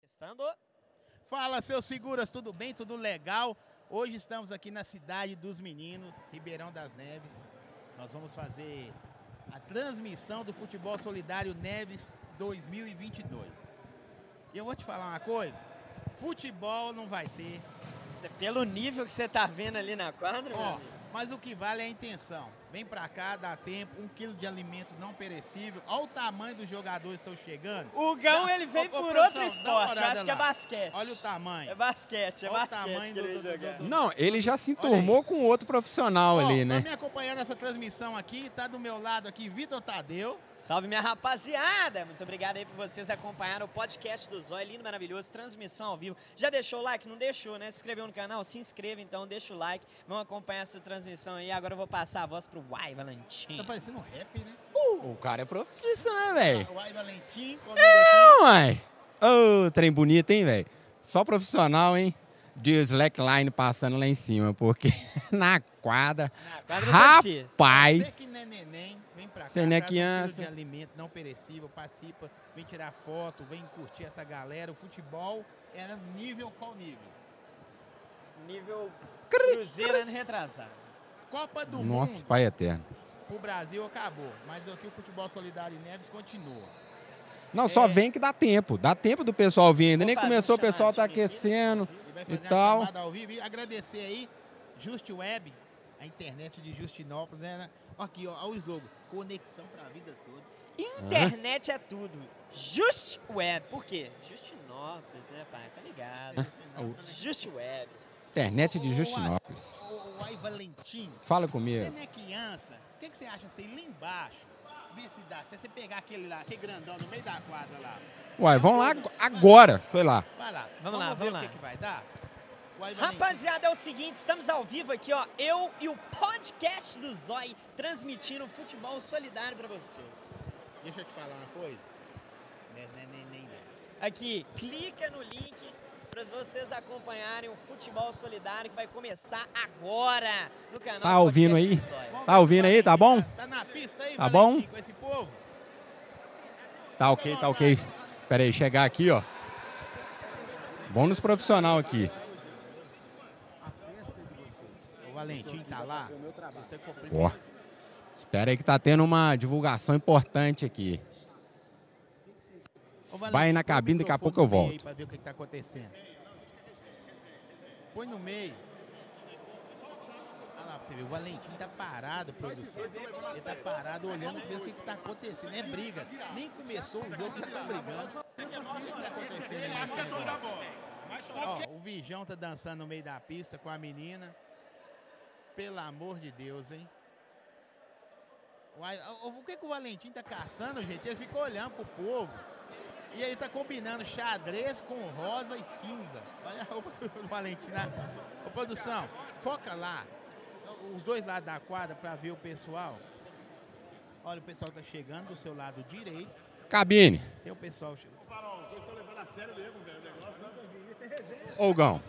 Começando. Fala, seus figuras, tudo bem? Tudo legal? Hoje estamos aqui na cidade dos meninos, Ribeirão das Neves. Nós vamos fazer a transmissão do Futebol Solidário Neves 2022. E eu vou te falar uma coisa, futebol não vai ter, Cê- é pelo nível que você tá vendo ali na quadra, meu ó, amigo. mas o que vale é a intenção. Vem pra cá, dá tempo, um quilo de alimento não perecível. Olha o tamanho dos jogadores que estão chegando. O Gão, Dá- ele veio Ô, ô, por produção, outro dá uma esporte. olhada Acho que é lá. basquete. Olha o tamanho. É basquete, é Olha o basquete tamanho que do- ele do- do- jogar. do- Não, ele já se Olha aí. enturmou com outro profissional Ó, ali, Tá né? me acompanhando nessa transmissão aqui, tá do meu lado aqui, Vitor Tadeu. Salve, minha rapaziada! Muito obrigado aí por vocês acompanharem o podcast do Zói, lindo, maravilhoso, transmissão ao vivo. Já deixou o like? Não deixou, né? Se inscreveu no canal? Se inscreva, então deixa o like. Vamos acompanhar essa transmissão aí. Agora eu vou passar a voz pro Uai Valentim. Ah, Tá parecendo um rap, né? O cara é profissa, né, velho? O Ai Valentim, comigo aqui. Não, É, uai. Ô, trem bonito, hein, velho? Só profissional, hein? De slackline passando lá em cima, porque na quadra, Na quadra tá difícil. Você rapaz, que não é neném, vem pra cá. Você não é traz um criança. quilo de alimento não perecível, participa, vem tirar foto, vem curtir essa galera. O futebol era nível qual nível? Nível Cruzeiro ano retrasado. Copa do nosso Mundo pai eterno. pro Brasil acabou, mas aqui o futebol solidário e Neves continua. Não, só É. vem que dá tempo. Dá tempo do pessoal vir ainda. Vou Nem fazer começou, um o pessoal tá chamadinho aqui. aquecendo. E vai E fazer tal. uma chamada ao vivo e agradecer aí Just Web, a internet de Justinópolis, né? Ó Aqui, ó, ó o slogan, conexão pra vida toda. Internet é tudo. Just Web. Por quê? Justinópolis, né, pai? Tá ligado. Just Web. Internet Ô, de ô, Justinópolis. O Ai Valentim, Fala Você comigo. não é criança, o que, que você acha assim, lá embaixo? Vê se dá. Se você pegar aquele lá, aquele grandão no meio da quadra lá, é Uai, vão lá ag- agora. Foi lá. vai lá. Vamos lá, ver vamos o que, lá. que vai dar. O Ai Valentim- Rapaziada, é o seguinte, estamos ao vivo aqui, ó. Eu e o podcast do Zói transmitindo futebol solidário pra vocês. Deixa eu te falar uma coisa. Né, né, né, né, né. Aqui, clica no link para vocês acompanharem o futebol solidário que vai começar agora no canal. Tá ouvindo aí? Podcast do Zói. Vamos Tá ver ouvindo se o aí? Tá bom? Valentim Tá, tá na pista aí, Tá Valentim, bom? com esse povo? Tá ok, tá ok. Pera aí, chegar aqui, ó. Bônus profissional aqui. O Valentim tá lá. Ele tá cumprindo- Ó. Espera aí que tá tendo uma divulgação importante aqui. Ô, Valentim, Vai na põe o cabine, daqui a microfone pouco eu no meio volto. aí Pra ver o que, que tá acontecendo. Põe no meio. Olha lá pra você ver, o Valentim tá parado, produção. Ele tá parado olhando pra ver o que, que tá acontecendo. É briga. Nem começou o jogo, já tá brigando. O que, que tá acontecendo aí nesse negócio? Ó, o Vijão tá dançando no meio da pista com a menina. Pelo amor de Deus, hein? Uai, o o que, que o Valentim tá caçando, gente? Ele fica olhando pro povo. E ele tá combinando xadrez com rosa e cinza. Olha a roupa do Valentim lá. Ô, produção, foca lá. Os dois lados da quadra pra ver o pessoal. Olha, o pessoal tá chegando do seu lado direito. Cabine. Tem o pessoal chegando. Ô, Gão,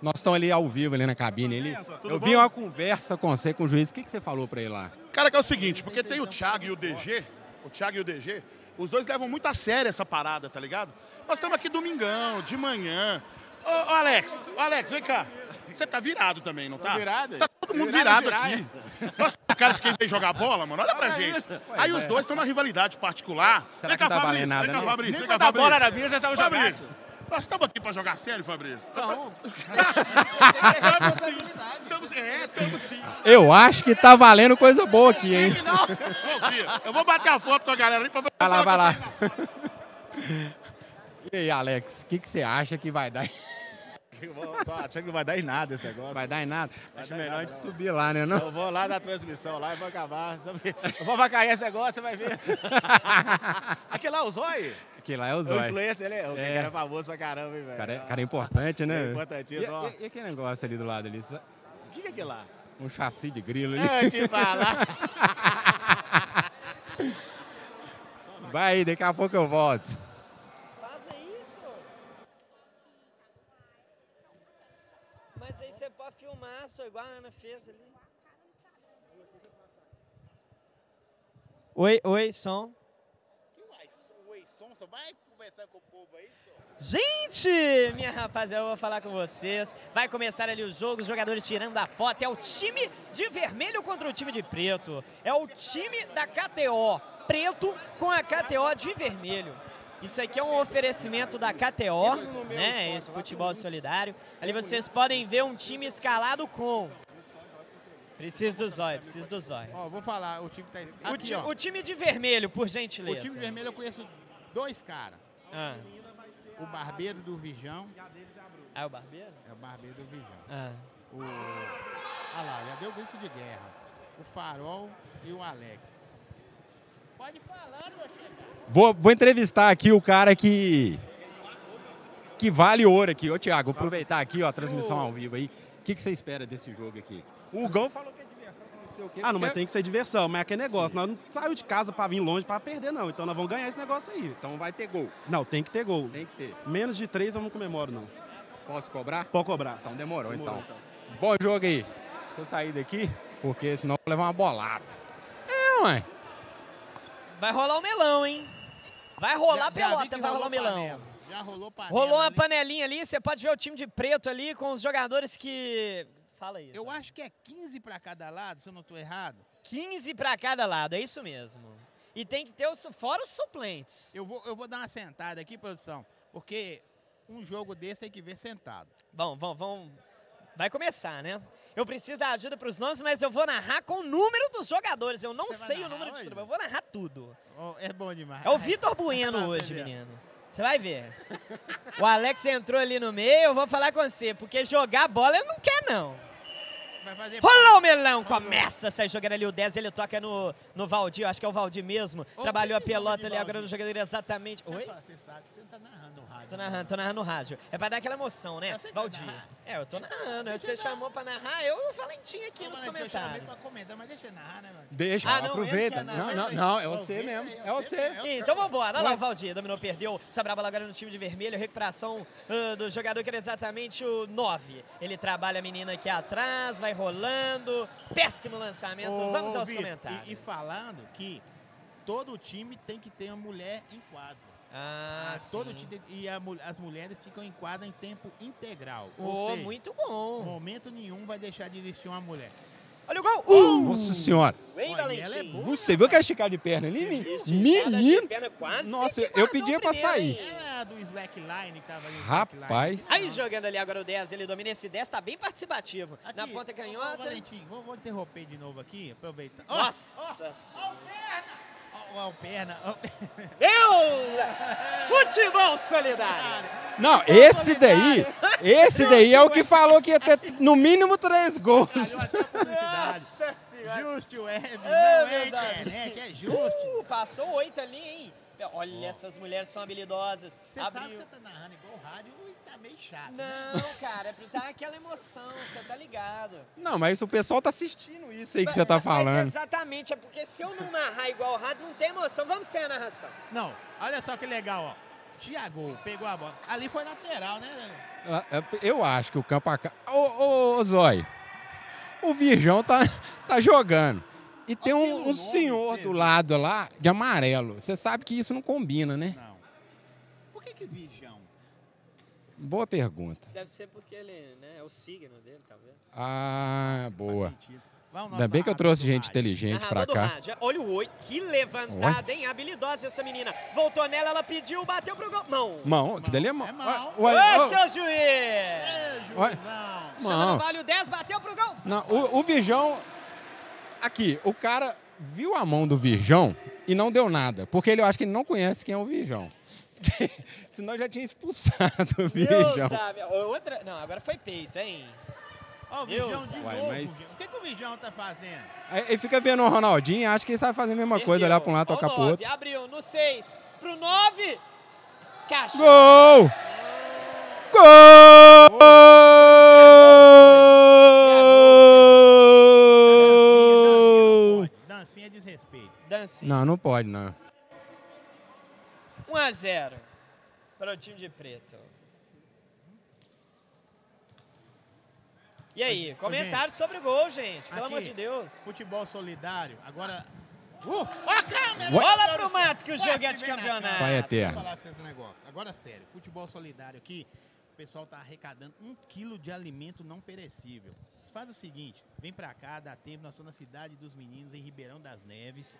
nós estamos ali ao vivo, ali na cabine. Ali. Eu vi uma conversa com você, com o juiz. O que, que você falou pra ele lá? Cara, que é o seguinte, porque tem o Thiago e o DG, o Thiago e o DG, os dois levam muito a sério essa parada, tá ligado? Nós estamos aqui domingão, de manhã. Ô, ô, Alex, ô, Alex, vem cá. Você tá virado também, não tá? virado, é. Tá todo mundo virado, Virado, aqui. Nós temos cara de quem vem jogar bola, mano. Olha pra gente. Aí é. os dois estão na rivalidade particular. Será que não tá valendo nada, vem cá, né? Fabrício, Nem vem cá, quando a bola Fabrício. era minha, já estava Fabrício, jogando. nós estamos aqui pra jogar sério, Fabrício. Tá Não. Estamos sim. É, estamos sim. Ah. Eu acho que tá valendo coisa boa aqui, hein? Confia. Eu vou bater a foto com a galera ali pra ver Vai lá, se vai lá. ela consegue. E aí, Alex, o que, que você acha que vai dar? Acho que não vai dar em nada esse negócio. Vai dar em nada? Acho dar em melhor a nada, gente não. É subir lá, né? Não? Eu vou lá na transmissão lá e vou acabar. sabe? Eu vou avacalhar esse negócio, você vai ver. Aquele lá, o Zói. Aqui lá é o O zóio. influencer, ele é. O É. cara é famoso pra caramba, hein, velho. O cara, é- o cara é importante, né? É importante, E, ó. e- e aquele negócio ali do lado ali? Sa- O que que é aquele lá? Um chassi de grilo ali. É, Eu te falar. Vai aí, daqui a pouco eu volto. Faz isso. Mas aí você pode filmar, só igual a Ana fez ali. Oi, oi, som. O sonsa. Vai conversar com o povo aí, só. Gente, minha rapaziada, eu vou falar com vocês. Vai começar ali o jogo, os jogadores tirando a foto. É o time de vermelho contra o time de preto. É o time da KTO, preto com a KTO de vermelho. Isso aqui é um oferecimento da KTO, né? Esse futebol solidário. Ali vocês podem ver um time escalado com. Preciso do zóio, preciso do zóio. Ó, vou falar, o time tá... es- O, Aqui, ti- ó. o time de vermelho, por O gentileza. time vermelho eu conheço dois caras. Ah, O Barbeiro do Vijão. ah, o barbeiro? É o Barbeiro do Vijão. Ah. O... Ah lá, já deu grito de guerra. O Farol e o Alex. Pode falar, meu chefe. Vou, vou entrevistar aqui o cara que. que vale ouro aqui. Ô, Thiago, aproveitar aqui, ó, a transmissão ao vivo aí. O que, que você espera desse jogo aqui? O Gão falou que é diversão, não sei o quê. Ah, não, mas porque- tem que ser diversão, mas é que é negócio. Nós não saímos de casa pra vir longe pra perder, não. Então nós vamos ganhar esse negócio aí. Então vai ter gol. Não, tem que ter gol. Tem que ter. Menos de três eu não comemoro, não. Posso cobrar? Pode cobrar. Então demorou, Demorou, então. Bom jogo aí. Deixa eu sair daqui, porque senão eu vou levar uma bolada. É, mãe. Vai rolar o melão, hein? Vai rolar Já- já vi pelota, que vai rolar rolou o melão. panela. Já rolou panela. né? Rolou uma ali. panelinha ali, você pode ver o time de preto ali com os jogadores que. Fala aí. Eu Zé. acho que é 15 pra cada lado, se eu não tô errado. 15 pra cada lado, é isso mesmo. E tem que ter os. Fora os suplentes. Eu vou, eu vou dar uma sentada aqui, produção, porque um jogo desse tem que ver sentado. Bom, vão, vão. Vai começar, né? Eu preciso da ajuda pros nomes, mas eu vou narrar com o número dos jogadores. Eu não Você vai sei o narrar número de hoje? tudo, eu vou narrar tudo. Ó, é bom demais. É o Vitor Bueno Vai lá, hoje, Pedro. menino. Você vai ver. O Alex entrou ali no meio, eu vou falar com você, porque jogar bola ele não quer, não. Vai fazer Rolou o melão, começa, sai jogando ali o 10, ele toca no, no Valdir, acho que é o Valdir mesmo. Ô, Trabalhou a quem é o pelota Valdir ali, agora Valdir? no jogador exatamente. Deixa eu Oi? falar, Você sabe que você não tá narrando o rádio. Tô né? narrando, tô narrando no rádio. É pra dar aquela emoção, né? Eu sei que vai Valdir. narrar. É, eu tô narrando. Você chamou pra narrar, eu e o Valentim aqui Ô, Valentim, Eu nos chamei comentários. pra comentar, mas deixa eu narrar, né, mano? Deixa, Ah, não, aproveita. ele quer Não, narrar. não, não, é você Aproveita mesmo. aí, É você. mesmo. Ih, Então vambora, olha lá o Valdir, dominou, perdeu, Sabraba lá agora no time de vermelho, recuperação ah, do jogador que era exatamente o 9. Ele trabalha a menina aqui atrás, vai rolando, péssimo lançamento, Ô, vamos aos Vitor, e- comentários. E, falando que todo time tem que ter uma mulher em quadro. Ah, Ah, todo sim. time tem- e a mu- as mulheres ficam em quadro em tempo integral. Ou Oh, seja, muito em bom. momento nenhum vai deixar de existir uma mulher. Olha o gol. Uh! Nossa senhora. Vem, Olha, Valentim. ela é boa. Você viu que esticada de perna ali? Esticada de Menino. perna, quase Nossa, que eu guardou pedia o pra primeiro, sair. hein? Ela é a do Slackline que tava ali. no Rapaz. Slackline. Aí jogando ali agora o 10, ele domina esse 10, tá bem participativo. Aqui, Na ponta ô, canhota. ô, Valentim, vou, vou interromper de novo aqui, aproveitando. Ó, Nossa! ó, ó, o perna. ó, o perna. Meu! Futebol solidário! Não, esse daí, esse daí é o que falou que ia ter no mínimo três gols. Olhou até a publicidade. Nossa senhora! Just Web, não meus é amigos. internet, é Just. Uh, passou oito ali, hein? Olha, essas mulheres são habilidosas. Você sabe que Abriu. você tá narrando igual o rádio e tá meio chato. né? Não, cara, é pra dar aquela emoção, você tá ligado. Não, mas o pessoal tá assistindo isso aí que você tá Mas- Mas falando. exatamente, é porque se eu não narrar igual o rádio, não tem emoção. Vamos sem a narração. Não, olha só que legal, ó. Tiago pegou a bola. Ali foi lateral, né? Ah, é, Eu acho que o campo acaba. Ô, ô, ô, Zói, o Virgão tá, tá jogando. E tem Ah, pelo um, um nome, senhor você do vê. lado lá, de amarelo. Você sabe que isso não combina, né? Não. Por que que Bijão? Boa pergunta. Deve ser porque ele, né, é o signo dele, talvez. Ah, boa. Faz sentido. Vai o nosso Ainda bem que eu narrador trouxe do gente rádio. inteligente Narrador pra do cá. rádio. Olha o oi, que levantada, hein? Habilidosa essa menina. Voltou nela, ela pediu, bateu pro gol. Mão. Mão, que dali é mão. É mão. Ué, ué, Ô, ô, seu juiz! É, Olha. Juizão. Chama no mão. vale o 10, bateu pro gol. Não, o, o Virgão. Aqui, o cara viu a mão do Virgão e não deu nada. Porque ele eu acho que ele não conhece quem é o Virgão. Senão já tinha expulsado o Virgão. Deus, sabe. Outra... Não, agora foi peito, hein? Ó, o Deus. Bijão de Uai, novo. mas- gente. O que que o Bijão tá fazendo? Aí ele fica vendo o Ronaldinho e acha que ele sabe fazer a mesma coisa, Perdeu. olhar pra um lado, Ó, tocar o pro nove, outro. Abriu no 6 pro 9. Caixa. Gol! Gol! Dancinha é desrespeito. Dancinha. Não, não pode, não. 1 a 0 para o time de preto. E aí, comentários sobre o gol, gente. Pelo aqui. amor de Deus. Futebol solidário. Agora, Uh, ó a câmera! Bola pro mato que o jogo é de Quase que vem na campeonato. cara. Vai eterno. Deixa eu falar com vocês um negócio. Agora, sério, futebol solidário aqui, o pessoal tá arrecadando um quilo de alimento não perecível. Faz o seguinte, vem pra cá, dá tempo, nós estamos na Cidade dos Meninos, em Ribeirão das Neves.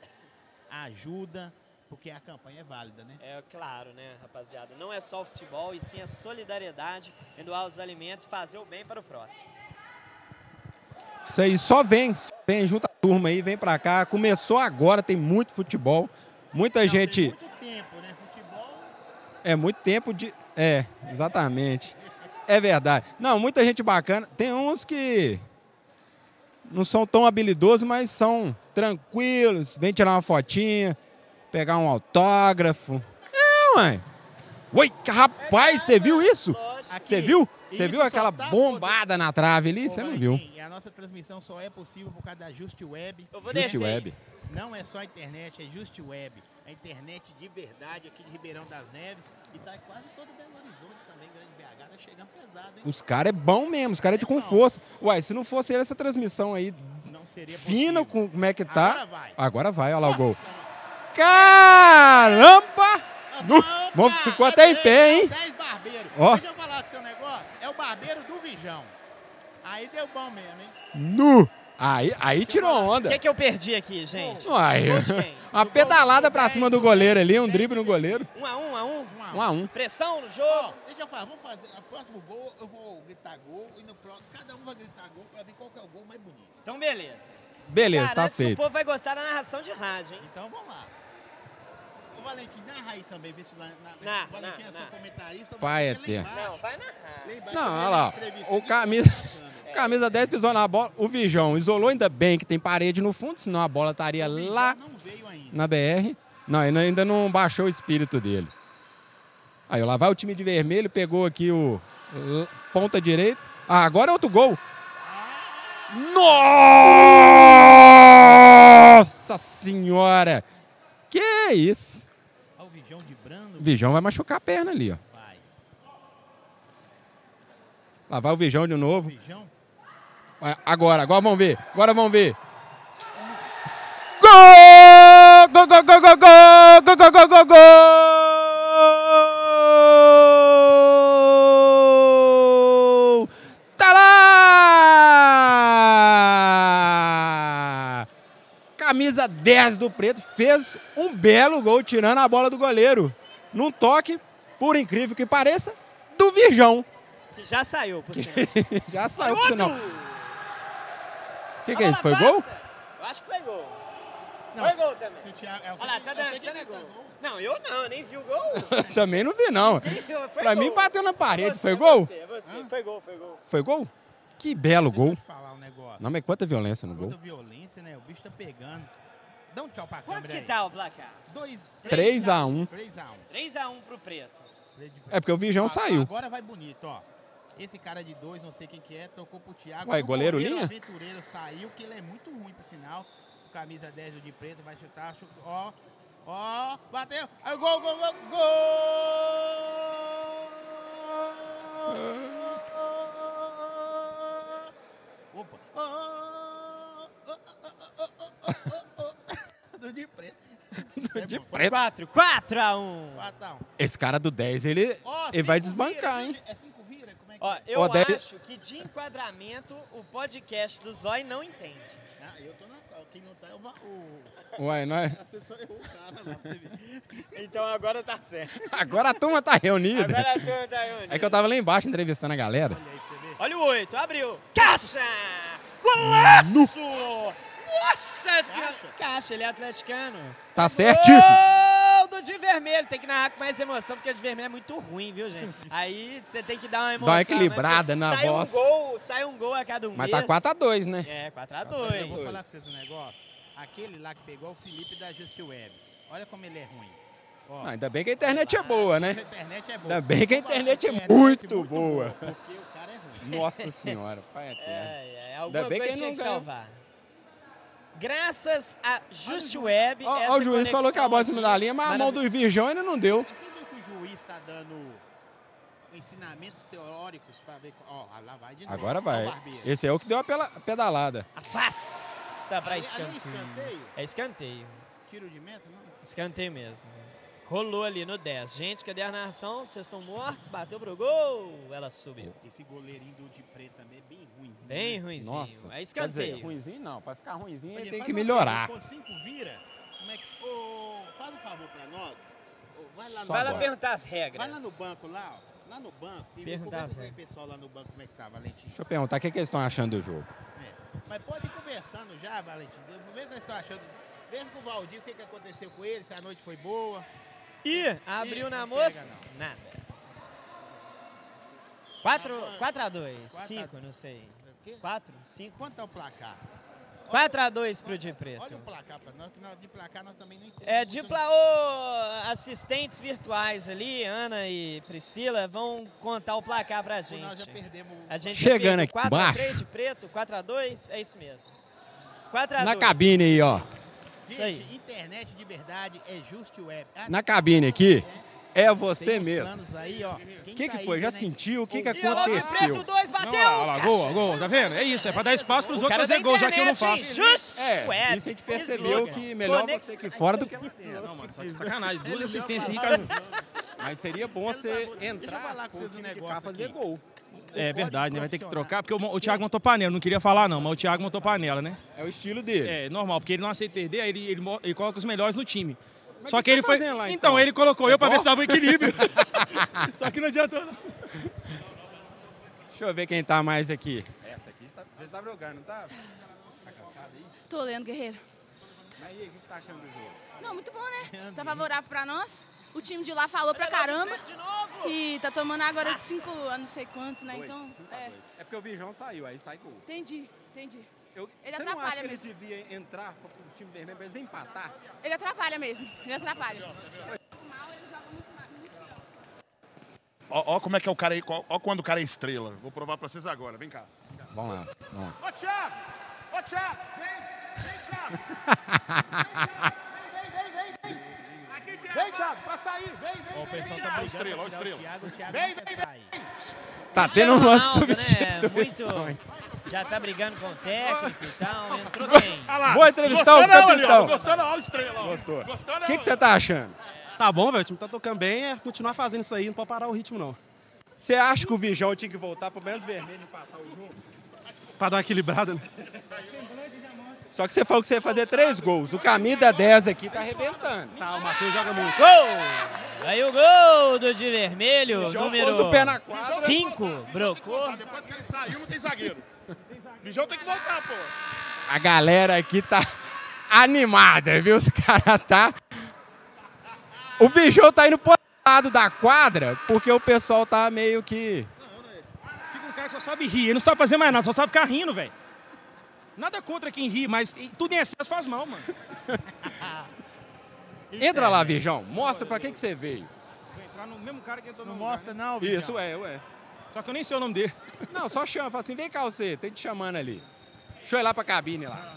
Ajuda, porque a campanha é válida, né? É claro, né, rapaziada? Não é só o futebol, e sim a solidariedade em doar os alimentos e fazer o bem para o próximo. Isso aí, só vem, só vem, junta a turma aí, vem pra cá. Começou agora, tem muito futebol. Muita Não, tem gente. muito tempo, né? Futebol É muito tempo de. É, exatamente. É verdade. Não, muita gente bacana. Tem uns que não são tão habilidosos, mas são tranquilos. Vem tirar uma fotinha, pegar um autógrafo. É, mãe. Oi, rapaz, você viu isso? Lógico. aqui. Você viu? Isso Você viu aquela só tá bombada na trave ali? Ô, Você não Valentim, viu? E a nossa transmissão só é possível por causa da Just Web. Eu vou Just descer. Web. Não é só a internet, é Just Web. A internet de verdade aqui de Ribeirão das Neves. E tá quase todo Belo Horizonte também, Grande BH. Tá chegando pesado, hein? Os caras é bom mesmo, os caras é de É com bom. força. Uai, se não fosse ele, essa transmissão aí, Não seria fina possível. com como é que Agora tá. vai. Agora vai, olha lá o gol. Nossa, Caramba! mano. Nu- Opa, Bom, ficou até em pé, hein? 10 barbeiros. Ó. Deixa eu falar com seu negócio. É o barbeiro do Vijão. Aí deu bom mesmo, hein? Nu! Aí, aí tirou O que, é onda. que eu perdi aqui, é gente? Uai, Gol de quem? uma pedalada pra cima do goleiro ali, um drible no goleiro. Um a um, um a um. Um a um. Um a um. Pressão no Ó, jogo. deixa eu falar, vamos fazer. O próximo gol eu vou gritar gol e no próximo. Cada um vai gritar gol pra ver qual que é o gol mais bonito. Então, beleza. Beleza, tá Garanto que O feito. povo vai gostar da narração de rádio, hein? Então vamos lá. Ô Valentim, narra aí também, vê se na, na, Narra, Valentim é narra, seu narra. comentarista. o Pai Valentim é lá eterno. Não, embaixo. vai narrar. Lá embaixo Não, também olha na lá. entrevista. O Ele camisa, tá camisa 10 pisou na bola. O Vijão isolou ainda bem que tem parede no fundo, senão a bola estaria falando. O lá Vijão Não veio ainda. na BR. Não, ele ainda não baixou o espírito dele. Aí lá vai o time de vermelho, pegou aqui o l- ponta direita. Ah, agora é outro gol. Nossa senhora! Que isso? Olha o Vijão de Brando. O Vijão vai machucar a perna ali, ó. Vai. Lá vai o Vijão de O novo. Vijão. Ah, Agora, agora vamos ver. Agora vamos ver. Gol! Gol, gol, gol, gol, gol! Gol, gol, gol, gol, gol! Tá lá! Camisa 10 do Preto fez um belo gol tirando a bola do goleiro. Num toque, por incrível que pareça, do Virjão. Que já saiu, por sinal. Já saiu pro Outro! sinal. O que, que é A isso? Foi bola gol? passa. Eu acho que foi gol. Não, foi se- gol também. se o Thiago- eu sei Olha lá, que- tá eu sei que dançando é ele tá gol. Não, eu não, eu nem vi o gol. Também não vi, não. Foi Pra gol. mim, bateu na parede. Você, Foi gol? Você, você. Hã? Foi gol, foi gol. Foi gol? Que belo Deixa gol. eu te falar um negócio. Não, mas quanta violência no Muita gol. violência, né? O bicho tá pegando. Dá um tchau pra Quanto câmera que aí. tá o placar? 2 3 a 1 3x1. 3x1 pro Preto. É porque o Virgão saiu. Agora vai bonito, ó. Esse cara de dois, não sei quem que é, tocou pro Thiago. Ué, E o goleiro linha? aventureiro saiu, que ele é muito ruim, por sinal. O camisa 10 o de preto vai chutar, chuta, ó. Ó, bateu. Aí, gol, gol, gol, gol! Opa. Ó, ó, ó, ó, ó, ó, ó, ó. Do de preto. É de bom. preto. 4, 4x1. Quatro a um. Esse cara do 10, ele, Ó, ele vai cinco vira, desbancar, hein? É cinco vira? Como é que Ó, é? eu Ó, deve- acho que de enquadramento o podcast do Zói não entende. Ah, eu tô na qual. Quem não tá é o. va- o Uai, é? nós... a pessoa errou o cara lá pra você ver. Então agora tá certo. Agora a turma tá reunida. Agora a turma tá reunida. É que eu tava lá embaixo entrevistando a galera. Olha aí pra você ver. Olha o 8, abriu. Caixa! Golaço! Nossa senhora! Caixa, ele é atleticano. Tá certíssimo. Gol do de vermelho. Tem que narrar com mais emoção, porque o de vermelho é muito ruim, viu, gente? Aí você tem que dar uma emoção. uma equilibrada né? na sai voz. Um gol, sai um gol a cada um Mas tá mês. 4x2, né? É, 4 a Mas Eu vou 2 falar com vocês um negócio. Aquele lá que pegou é o Felipe da Just Web. Olha como ele é ruim. Ó, Não, ainda bem que a internet é boa, a né? internet é boa. Ainda bem que a Vamos falar internet da é muito boa, boa. Porque o cara é ruim. Nossa senhora, pai eterno. É, é, alguma Ainda bem que coisa ele tinha não que ganhou. salvar. Graças a Just Web, Ó, essa é ó, o juiz falou que a bola em cima da linha, mas a mão maravilhosa. do Virgão ainda não deu. Você viu que o juiz está dando ensinamentos teóricos pra ver. qual- Ó, ah, lá vai de novo. Agora Ó, vai. é o barbeiro. Esse é o que deu a pela- pedalada. afasta pra Ali- ali é escanteio. escanteio. É escanteio. tiro de meta, não? Escanteio mesmo. Rolou ali no 10. Gente, cadê a narração? Vocês estão mortos, bateu pro gol. Ela subiu. Esse goleirinho do de preto também é bem ruim. Bem ruimzinho. Nossa. É Quer dizer, escanteio. ruimzinho não. Pra ficar ruimzinho, ele Olha, tem faz que uma melhorar. coisa, Pô, cinco vira? Como é que. Ô, faz um favor pra nós. Ô, vai lá no Só Vai lá Agora. perguntar as regras. Vai lá no banco lá, ó. Lá no banco. E Perguntar conversa com sério. o pessoal lá no banco como é que tá, Valentim. Deixa eu perguntar, o que, é que eles estão achando do jogo? É. Mas pode ir conversando já, Valentim. Vê o que eles estão achando. Vê com o Valdir o que, que aconteceu com ele, se a noite foi boa. Ih, abriu Ih, não na moça. pega, Nada. 4 Quatro a- a 2, quatro a- 5, não sei. O quê? 4, 5. Quanto é o placar? 4 a 2 pro Olha- de Olha o preto. placar pra nós, que nós- de placar nós também não entendemos. É, de muito, pla- não. ô, assistentes virtuais ali, Ana e Priscila, vão contar o placar pra gente. Nós já perdemos o A gente Chegando aqui 4 embaixo. a 3 de preto, 4 a 2 é isso mesmo. 4 Tá a Na 2 cabine aí, ó. isso aí. internet de verdade é Just Web. Ah, Na cabine aqui, é você tem uns mesmo. planos aí, ó. Quem O que, tá que aí foi? Já né? sentiu? O que, que E ó, de preto aconteceu? 2 Não, olha bateu. lá, gol, gol, tá vendo? É isso, é pra dar espaço pros O outros cara da fazer gols, já que eu não internet, faço. hein? Just É, Web, isso a gente percebeu slogan. que melhor Conex- você aqui fora é do que lá dentro. É, Não, mano, só de sacanagem. Duas assistências aí, cara. Mas seria bom você entrar Deixa eu falar com vocês um negócio aqui. fazer gol. É verdade, né? Vai ter que profissional. trocar, porque o, Mo- o Thiago montou panela. Não queria falar, não, mas o Thiago montou panela, né? É o estilo dele. É, normal, porque ele não aceita perder, aí ele, ele, mo- ele coloca os melhores no time. Só o que você que, ele tá foi. fazendo lá, então? então? ele colocou eu pra ver bom? se tava o equilíbrio. Só que não adiantou, não. Deixa eu ver quem tá mais aqui. Essa aqui tá, você tá jogando, não tá? Tá cansado aí? Tô, Leandro Guerreiro. Mas e aí, o que você tá achando do jogo? Não, muito bom, né? Tá favorável pra nós. O time de lá falou pra caramba. De novo. E tá tomando Ah. agora de cinco a não sei quanto, né? Então, Dois, cinco a é. dois. é porque o Virgão saiu, aí sai gol. Entendi, entendi. Eu, Ele você não acha atrapalha que mesmo. eles deviam entrar pro pro time vermelho pra eles empatar? Ele atrapalha mesmo, ele atrapalha. Se eu jogo mal, ele joga muito, ma- muito pior. Ó, ó como é que é o cara aí, ó, ó quando o cara é estrela. Vou provar pra vocês agora, vem cá. Vamos lá, vamos lá. Ó, Thiago! Ó, Thiago! Vem! Vem, Thiago! Vem, Thiago! Vem, vem, vem, vem! Vem, Thiago! Passa aí! Vem, vem, Ó, o pessoal tá Ó, brigando estrela, ó, pra tirar estrela. o Thiago, o Thiago Vem, não quer vem, sair. Tá tendo um lance Ronaldo, né? Muito, substituição. hein? já tá brigando com o técnico e tal. Entrou bem. Olha lá. Vou entrevistar Gostou o não, capitão. ali, ó. Não Gostou não? Olha o estrela. ó. Gostou. Gostou né, O não? que que você tá achando? Tá bom, velho, o time tá tocando bem, é continuar fazendo isso aí, não pode parar o ritmo, não. Você acha que o Virgão tinha que voltar pro menos vermelho e empatar o jogo? Pra dar uma equilibrada, né? Só que você falou que você ia fazer três gols. O caminho da 10 aqui tá arrebentando. Tá, o Matheus joga muito. Ah! Gol! Aí o gol do de vermelho, João número pôs o pé na quadra. 5, Tá, brocou. Depois que ele saiu, não tem zagueiro. Bijão tem que voltar, pô. A galera aqui tá animada, viu? Os caras tá. O Virgão tá indo pro lado da quadra porque o pessoal tá meio que. Fica um cara que só sabe rir, ele não sabe fazer mais nada, só sabe ficar rindo, velho. Nada contra quem ri, mas tudo em excesso faz mal, mano. Entra lá, Virgão. Mostra pra que que você veio. Vou entrar no mesmo cara que entrou no Não meu lugar, mostra né? não, Virgão. Isso, é, ué. Só que eu nem sei o nome dele. Não, só chama, fala assim, vem cá você, tem te chamando ali. Deixa eu ir lá pra cabine lá.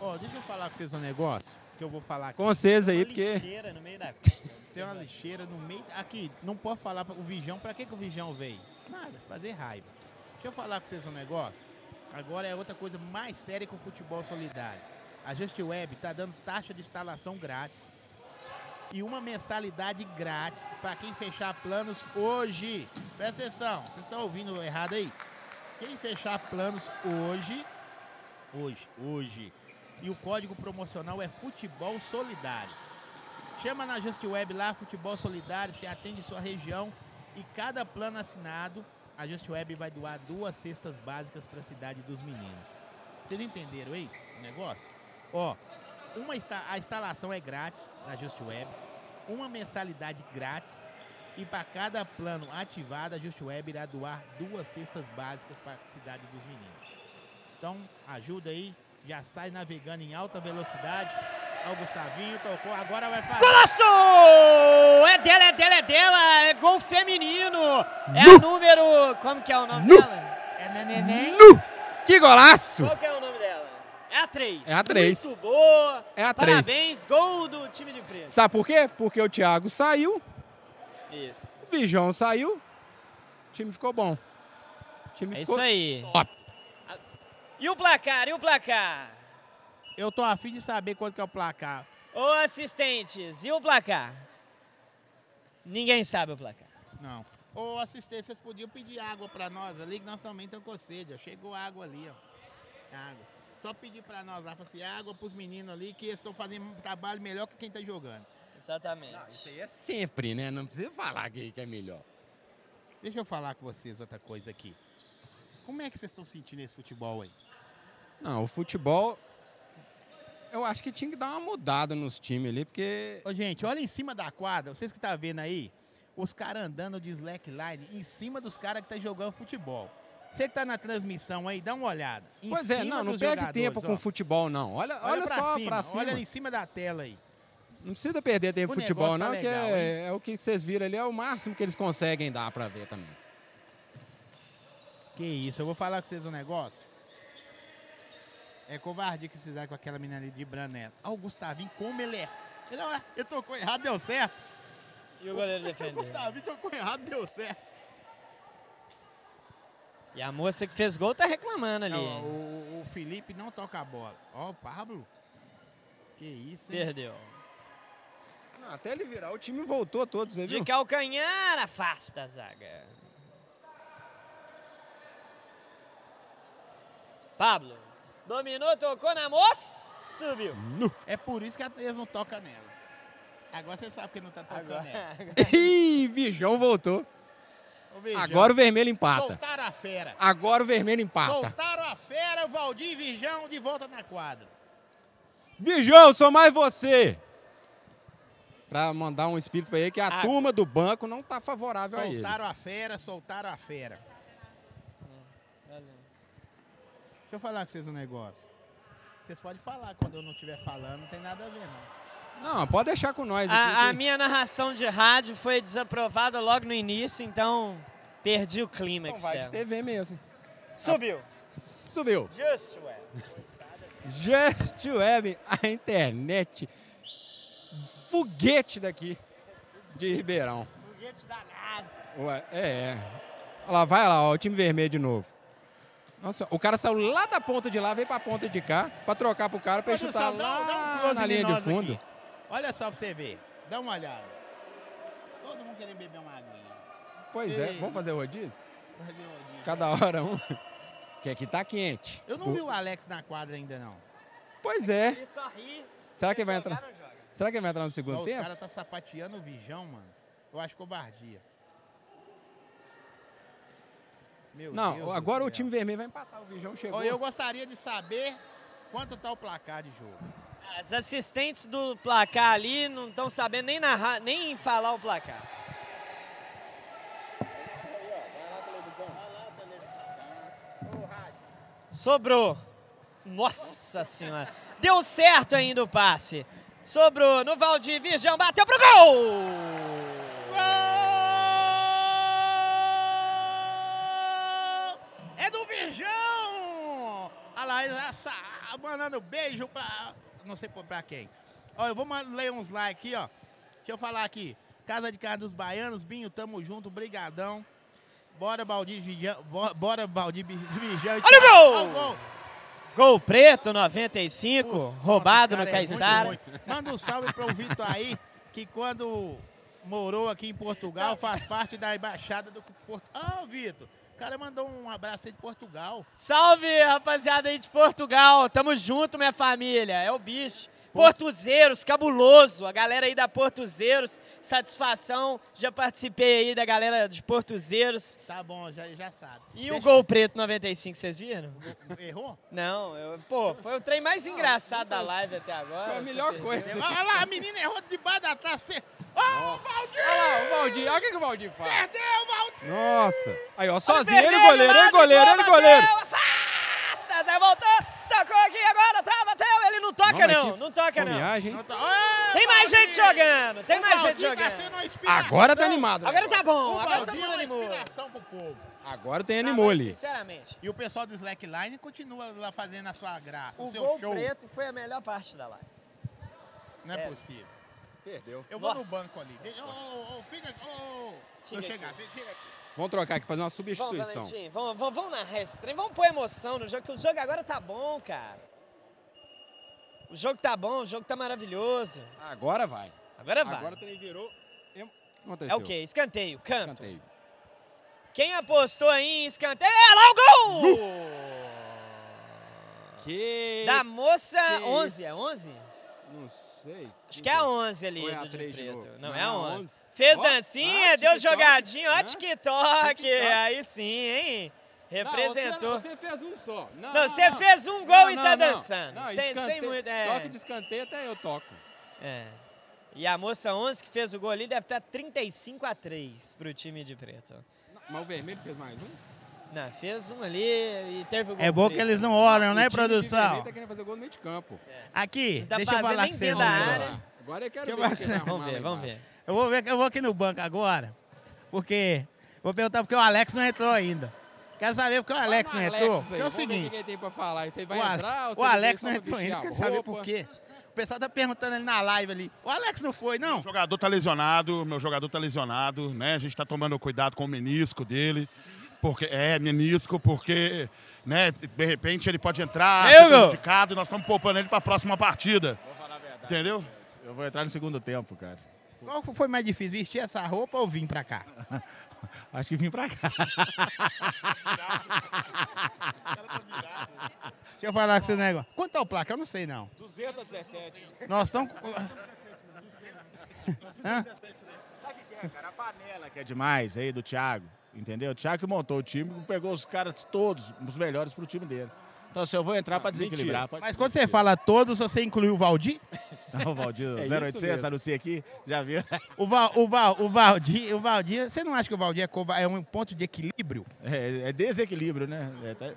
Ó, deixa eu falar com vocês um negócio que eu vou falar aqui. Com vocês aí, porque. Lixeira no meio da Você é uma lixeira no meio. Aqui, não pode falar para o Vijão. Pra que, que o Vijão veio? Nada, fazer raiva. Deixa eu falar com vocês um negócio. Agora é outra coisa mais séria que o futebol solidário. A Just Web tá dando taxa de instalação grátis e uma mensalidade grátis para quem fechar planos hoje. Presta atenção, vocês estão ouvindo errado aí? Quem fechar planos hoje, hoje, hoje, e o código promocional é Futebol Solidário. Chama na Just Web lá, Futebol Solidário, se atende sua região e cada plano assinado, a Just Web vai doar duas cestas básicas para a cidade dos meninos. Vocês entenderam aí o negócio? Ó, uma insta- a instalação é grátis da Just Web, uma mensalidade grátis e para cada plano ativado, a Just Web irá doar duas cestas básicas para a cidade dos meninos. Então, ajuda aí, já sai navegando em alta velocidade. Ó, o Gustavinho tocou, agora vai fazer. Golaço! É dela, é dela, é dela! É gol feminino! É a número. Como que é o nome dela? É neném. Nu! Que golaço! Qual que é o nome dela? É a 3. É a três. Muito boa! É a três. Parabéns, gol do time de preto. Sabe por quê? Porque o Thiago saiu, Isso. o Virgão saiu, o time ficou bom. O time É ficou. isso aí. top. E o placar, e o placar? Eu tô afim de saber quanto que é o placar. Ô, assistentes, e o placar? Ninguém sabe o placar. Não. Ô, assistente, vocês podiam pedir água pra nós ali, que nós também estamos com sede, ó. Chegou água ali, ó. Água. Só pedir pra nós lá, fala assim, água pros meninos ali, que eles estão fazendo um trabalho melhor que quem tá jogando. Exatamente. Isso aí é sempre, né? Não precisa falar que, que é melhor. Deixa eu falar com vocês outra coisa aqui. Como é que vocês estão sentindo esse futebol aí? Não, o futebol. Eu acho que tinha que dar uma mudada nos times ali, porque. Ô, gente, olha em cima da quadra, vocês que tá vendo aí, os caras andando de slackline em cima dos caras que tá jogando futebol. Você que tá na transmissão aí, dá uma olhada. Em pois é, cima não, não dos perde jogadores, tempo ó. com futebol, não. Olha, olha, só pra cima. Olha em cima da tela aí. Não precisa perder tempo O com futebol, negócio tá não, que legal, é, é o que vocês viram ali, é o máximo que eles conseguem dar pra ver também. Que isso, eu vou falar com vocês um negócio. É covardia que se dá com aquela menina ali de Branela. Olha o Gustavinho, como ele é. Ele, olha, ele tocou errado, deu certo. E o goleiro O defendeu. Gustavinho tocou então, errado, deu certo. E a moça que fez gol tá reclamando ali. Não, hein? o, o Felipe não toca a bola. Ó, o Pablo. Que isso, hein? Perdeu. Não, até ele virar, o time voltou todo, você De viu? calcanhar, afasta a zaga. Pablo. Dominou, tocou na moça. Subiu. É por isso que a- eles não tocam nela. Agora você sabe que não tá tocando nela. Agora. Ih, Virgão voltou. Ô, Virgão, Agora o vermelho empata. Soltaram a fera. Agora o vermelho empata. Soltaram a fera, o Valdir e Virgão de volta na quadra. Virgão, sou mais você! Pra mandar um espírito pra ele que a Ah. turma do banco não tá favorável a ele. Soltaram a fera, soltaram a fera. É, Deixa eu falar com vocês um negócio. Vocês podem falar quando eu não estiver falando, não tem nada a ver, não. Não, pode deixar com nós A, a aqui. que- minha narração de rádio foi desaprovada logo no início, então perdi o Então clímax vai de dela. TV mesmo. Subiu. Subiu. Joshua. Just Web, a internet. Foguete daqui de Ribeirão. Foguete da NASA. Ué, é, é. Olha lá, vai lá, ó, o time vermelho de novo. Nossa, o cara saiu lá da ponta de lá, veio pra ponta de cá, pra trocar pro cara, pra ele Produção, chutar dá um- dá um lá close Tá na em linha de nós fundo. aqui. Olha só pra você ver. Dá uma olhada. Todo mundo querendo beber uma aguinha. Pois é, Ei. vamos fazer o rodízio? Cadê o Aldinho? Cada hora um. Que aqui tá quente. Eu não O- vi o Alex na quadra ainda, não. Pois é. Ele só ri. Será que vai entrar? Será que vai entrar no segundo Ó, os tempo? caras tá sapateando o Vijão, mano. Eu acho covardia. Meu Não, Deus do agora o céu. time vermelho vai empatar. O Vijão chegou. Ó, eu gostaria de saber quanto tá o placar de jogo. As assistentes do placar ali não estão sabendo nem narrar, nem falar o placar. Sobrou. Nossa senhora. Deu certo ainda o passe. Sobrou no Valdir. Virgão bateu pro gol! É do Virgão! Olha lá, essa, mandando beijo pra. Não sei pra quem. Ó, eu vou ma- ler uns likes aqui, ó. Deixa eu falar aqui. Casa de Carne dos Baianos, Binho, tamo junto, brigadão. Bora, Baldir, Virgão. bo- Bora, Baldir, Vi- Virgão. e Olha Thiago. o gol! Olha o gol! Gol preto, 95. Nossa, roubado esse no cara é muito Caixara. ruim. Manda um salve pro Vitor aí, que quando morou aqui em Portugal, faz parte da embaixada do Porto. Ah, Vitor, o cara mandou um abraço aí de Portugal. Salve, rapaziada aí de Portugal. Tamo junto, minha família. É o bicho. Portuzeiros, cabuloso. A galera aí da Portuzeiros, satisfação. Já participei aí da galera de Portuzeiros. Tá bom, já, já sabe. E Deixa- o gol preto 95, vocês viram? Errou? Não, eu- pô, foi o trem mais engraçado da live até agora. Foi a melhor coisa. Olha lá, a menina errou de baixo da trás. Ô, Valdir! Olha lá, o Valdir. Olha o que que o Valdir faz. Perdeu, Valdir! Nossa. Aí, ó, sozinho. Ele goleiro, ele goleiro, ele goleiro. Afasta, Zé, tá, voltou, tocou aqui agora, tá, bateu. Ele não toca, mas não, que não toca, não. fomeagem, hein? Não tá- Ô, Tem mais Valdir! gente jogando, tem O mais gente Valdir Tá jogando. Ah, sendo uma inspiração. Agora tá animado. Agora tá bom, O agora tá Valdir é mundo uma animou. inspiração pro povo. Agora tem Ah, animou mas, ali. Sinceramente. E o pessoal do Slackline continua lá fazendo a sua graça, o, O seu gol show. preto foi a melhor parte da live. Não é Sério. possível. Perdeu. Eu vou Nossa. no banco ali. Ô, ô, ô, fica aqui. Ô, Fica eu aqui. chegar, fica fica aqui. Vamos trocar aqui, fazer uma Vamos, substituição. Valentim, vamos, vamos, vamos narrar esse trem, vamos pôr emoção no jogo, que o jogo agora tá bom, cara. O jogo tá bom, o jogo tá maravilhoso. Agora vai. Agora vai. Agora o trem virou. em- O que aconteceu? É o quê? Escanteio, canto. Escanteio. Quem apostou aí em escanteio? É lá o gol! Que. Da moça Que 11, é 11? Não sei. Acho que é a 11 ali Ou é a do de três de preto. novo? Não, Não, é a a 11. 11. Fez Ó, dancinha, ah, deu TikTok, jogadinho. Ó, né? TikTok. TikTok. Aí sim, hein? Representou. Não, você, você fez um só. Não, Não, você fez um gol e tá dançando. Não, sem, sem escanteio- muito. É, Toque de escanteio até eu toco. é. E a moça 11 que fez o gol ali deve tá estar 35 a 3 pro time de preto. Mas o vermelho fez mais um? Não, fez um ali e teve o gol. É bom que preto. eles não olham, né, O produção? É. vermelho tá querendo fazer gol no meio de campo. Aqui, Não dá deixa pra eu ver falar nem com você. dentro da área. Rômulo. Agora eu quero Que ver o mais, que vai né? arrumar Vamos ver, lá vamos embaixo. ver. Eu vou, ver, eu vou aqui no banco agora, porque... Vou perguntar porque o Alex não entrou ainda. Quero saber porque o Alex não Olha o entrou. aí, Porque é o vamos ver seguinte... que ele tem pra falar. Isso aí vai o Ale- entrar ou o você Alex só não pra entrou vestir ainda, a quer saber roupa? por quê? O pessoal tá perguntando ali na live ali. O Alex não foi, não? O jogador tá lesionado, meu jogador tá lesionado, né? A gente tá tomando cuidado com o menisco dele. Porque, é, menisco, porque, né, de repente ele pode entrar Meu ser Deus! prejudicado e nós estamos poupando ele pra próxima partida. Entendeu? Eu vou entrar no segundo tempo, cara. Qual foi mais difícil, vestir essa roupa ou vir pra cá? Acho que vim pra cá. tá Deixa eu falar com esse negócio. Quanto é o placa? Eu não sei, não. 217. Nós estamos... Sabe o que é, cara? A panela que é demais aí do Thiago, entendeu? O Thiago que montou o time, pegou os caras todos, os melhores pro time dele. Então, assim, eu vou entrar Ah, pra desequilibrar. pode Mas ser. quando você fala todos, você incluiu o Valdir? Não, Valdir, É isso 086, mesmo. anuncia aqui, já viu? O, Val, o, Val, o, Valdir, o Valdir... Você não acha que o Valdir é, cova- é um ponto de equilíbrio? É, é desequilíbrio, né? É, tá-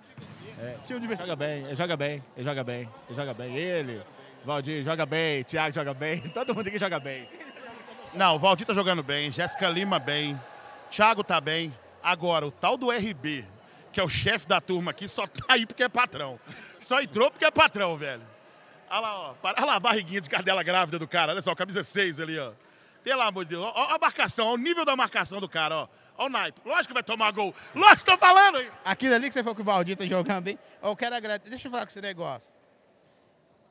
é, joga bem, ele joga bem, ele joga bem, ele joga bem. Ele, Valdir joga bem, Thiago joga bem, todo mundo aqui joga bem. Não, o Valdir tá jogando bem, Jéssica Lima bem, Thiago tá bem. Agora, o tal do RB, que é o chefe da turma aqui, só tá aí porque é patrão. Só entrou porque é patrão, velho. Olha lá, ó. para- Olha lá a barriguinha de cadela grávida do cara. Olha só, camisa 6 ali, ó. Pelo amor de Deus. Ó, ó a marcação, ó, o nível da marcação do cara, ó. Ó o naipe. Lógico que vai tomar gol. Lógico, tô falando né? aí. Aquilo ali que você falou que o Valdir tá jogando bem. Eu quero agradecer. Deixa eu falar com esse negócio.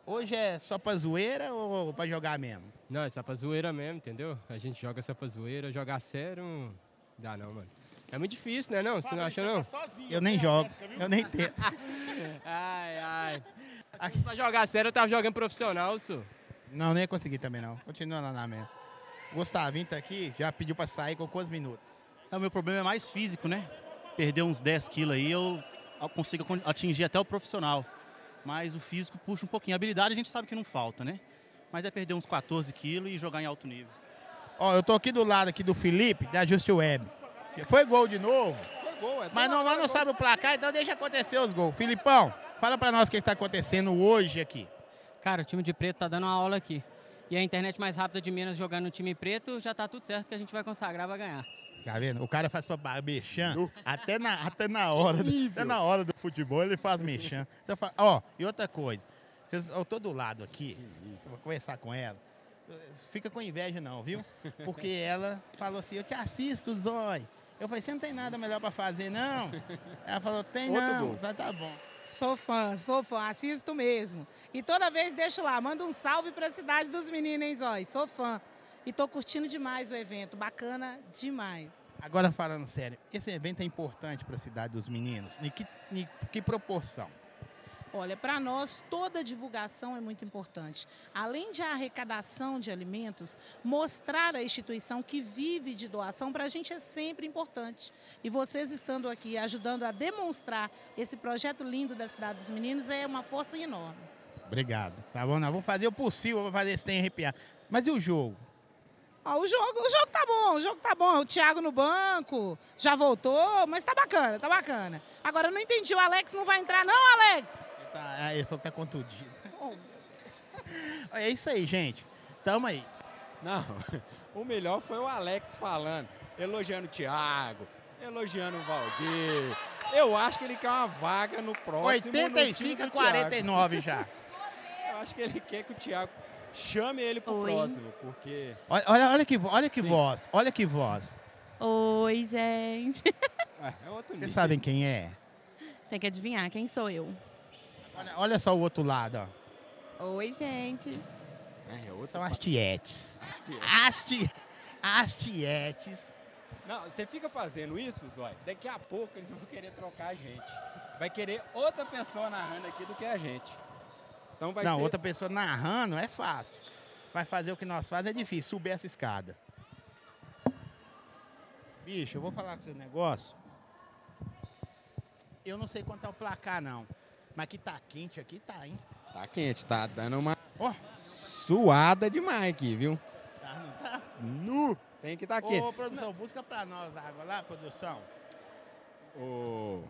Hoje é só pra zoeira ou pra jogar mesmo? Não, essa é pra zoeira mesmo, entendeu? A gente joga essa pra zoeira, jogar a sério não dá não, mano. É muito difícil, né não? Você não acha não? Eu nem jogo, eu nem tento. Ai, ai. Se fosse pra jogar a sério, eu tava jogando profissional, su. Não, nem ia conseguir também não. Continua lá na mesma. O Gustavinho tá aqui, já pediu pra sair com quantos minutos? É, O meu problema é mais físico, né? Perder uns 10 quilos aí, eu consigo acon- atingir até o profissional. Mas o físico puxa um pouquinho. A habilidade a gente sabe que não falta, né? Mas é perder uns 14 quilos e jogar em alto nível. Ó, eu tô aqui do lado aqui do Felipe, da Just Web. Foi gol de novo, Foi gol, é mas não, nós não sabe o placar, então deixa acontecer os gols. Filipão, fala pra nós o que que tá acontecendo hoje aqui. Cara, o time de preto tá dando uma aula aqui. E a internet mais rápida de Minas jogando no time preto, já tá tudo certo que a gente vai consagrar, vai ganhar. Tá vendo? O cara faz pra ba- mexã, até na, até, na hora do, até na hora do futebol ele faz mexã. Então, fa- ó, e outra coisa, vocês, eu tô do lado aqui, eu vou conversar com ela. Fica com inveja não, viu? Porque ela falou assim, eu te assisto, Zói. Eu falei, você não tem nada melhor pra fazer, não? Ela falou, tem Outro não. gol. Então tá bom. Sou fã, sou fã, assisto mesmo. E toda vez deixo lá, mando um salve pra cidade dos meninos, hein, Zói? Sou fã. E tô curtindo demais o evento, bacana demais. Agora falando sério, esse evento é importante pra cidade dos meninos. Em que, em que proporção? Olha, para nós toda a divulgação é muito importante. Além de a arrecadação de alimentos, mostrar a instituição que vive de doação para a gente é sempre importante. E vocês estando aqui ajudando a demonstrar esse projeto lindo da Cidade dos Meninos é uma força enorme. Obrigado. Tá bom? Nós vamos fazer o possível pra fazer esse trem arrepiar. Mas e o jogo? Ó, o jogo, o jogo tá bom, o jogo tá bom. O Thiago no banco, já voltou, mas tá bacana, tá bacana. Agora eu não entendi, o Alex não vai entrar não, Alex? Ele tá- ah, ele falou que tá contundido. É isso aí, gente. Tamo aí. Não, o melhor foi o Alex falando, elogiando o Thiago, elogiando o Valdir. Eu acho que ele quer uma vaga no próximo. é no time 85 do a 49 já. Thiago. Eu acho que ele quer que o Thiago chame ele pro Oi. próximo, porque. Olha, olha, olha que, vo- olha que Sim. voz, olha que voz. Oi, gente. Ué, É outro nível. Vocês sabem quem é? Tem que adivinhar quem sou eu. Olha, olha só o outro lado, ó. Oi, gente. né, São as tietes. As, ti- as tietes. Não, você fica fazendo isso, Zói, daqui a pouco eles vão querer trocar a gente. Vai querer outra pessoa narrando aqui do que a gente. Então vai não, ser... outra pessoa narrando é fácil. Vai fazer o que nós fazemos é difícil, subir essa escada. Bicho, eu vou falar com seu negócio. Eu não sei quanto é o placar, não. Mas que tá quente aqui, tá, hein? Tá quente, tá dando uma Ó. suada demais aqui, viu? Tá, não tá? Nu! Tem que tá aqui. Ô, produção, busca pra nós a água lá, produção. Ô,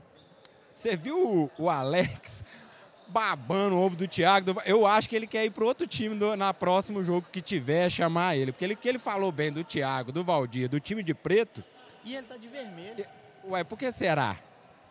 Você viu o, o Alex babando o ovo do Thiago? Do- Eu acho que ele quer ir pro outro time do- na próximo jogo que tiver, chamar ele. Porque ele, que ele falou bem do Thiago, do Valdir, do time de preto. E ele tá de vermelho. Ué, por que será?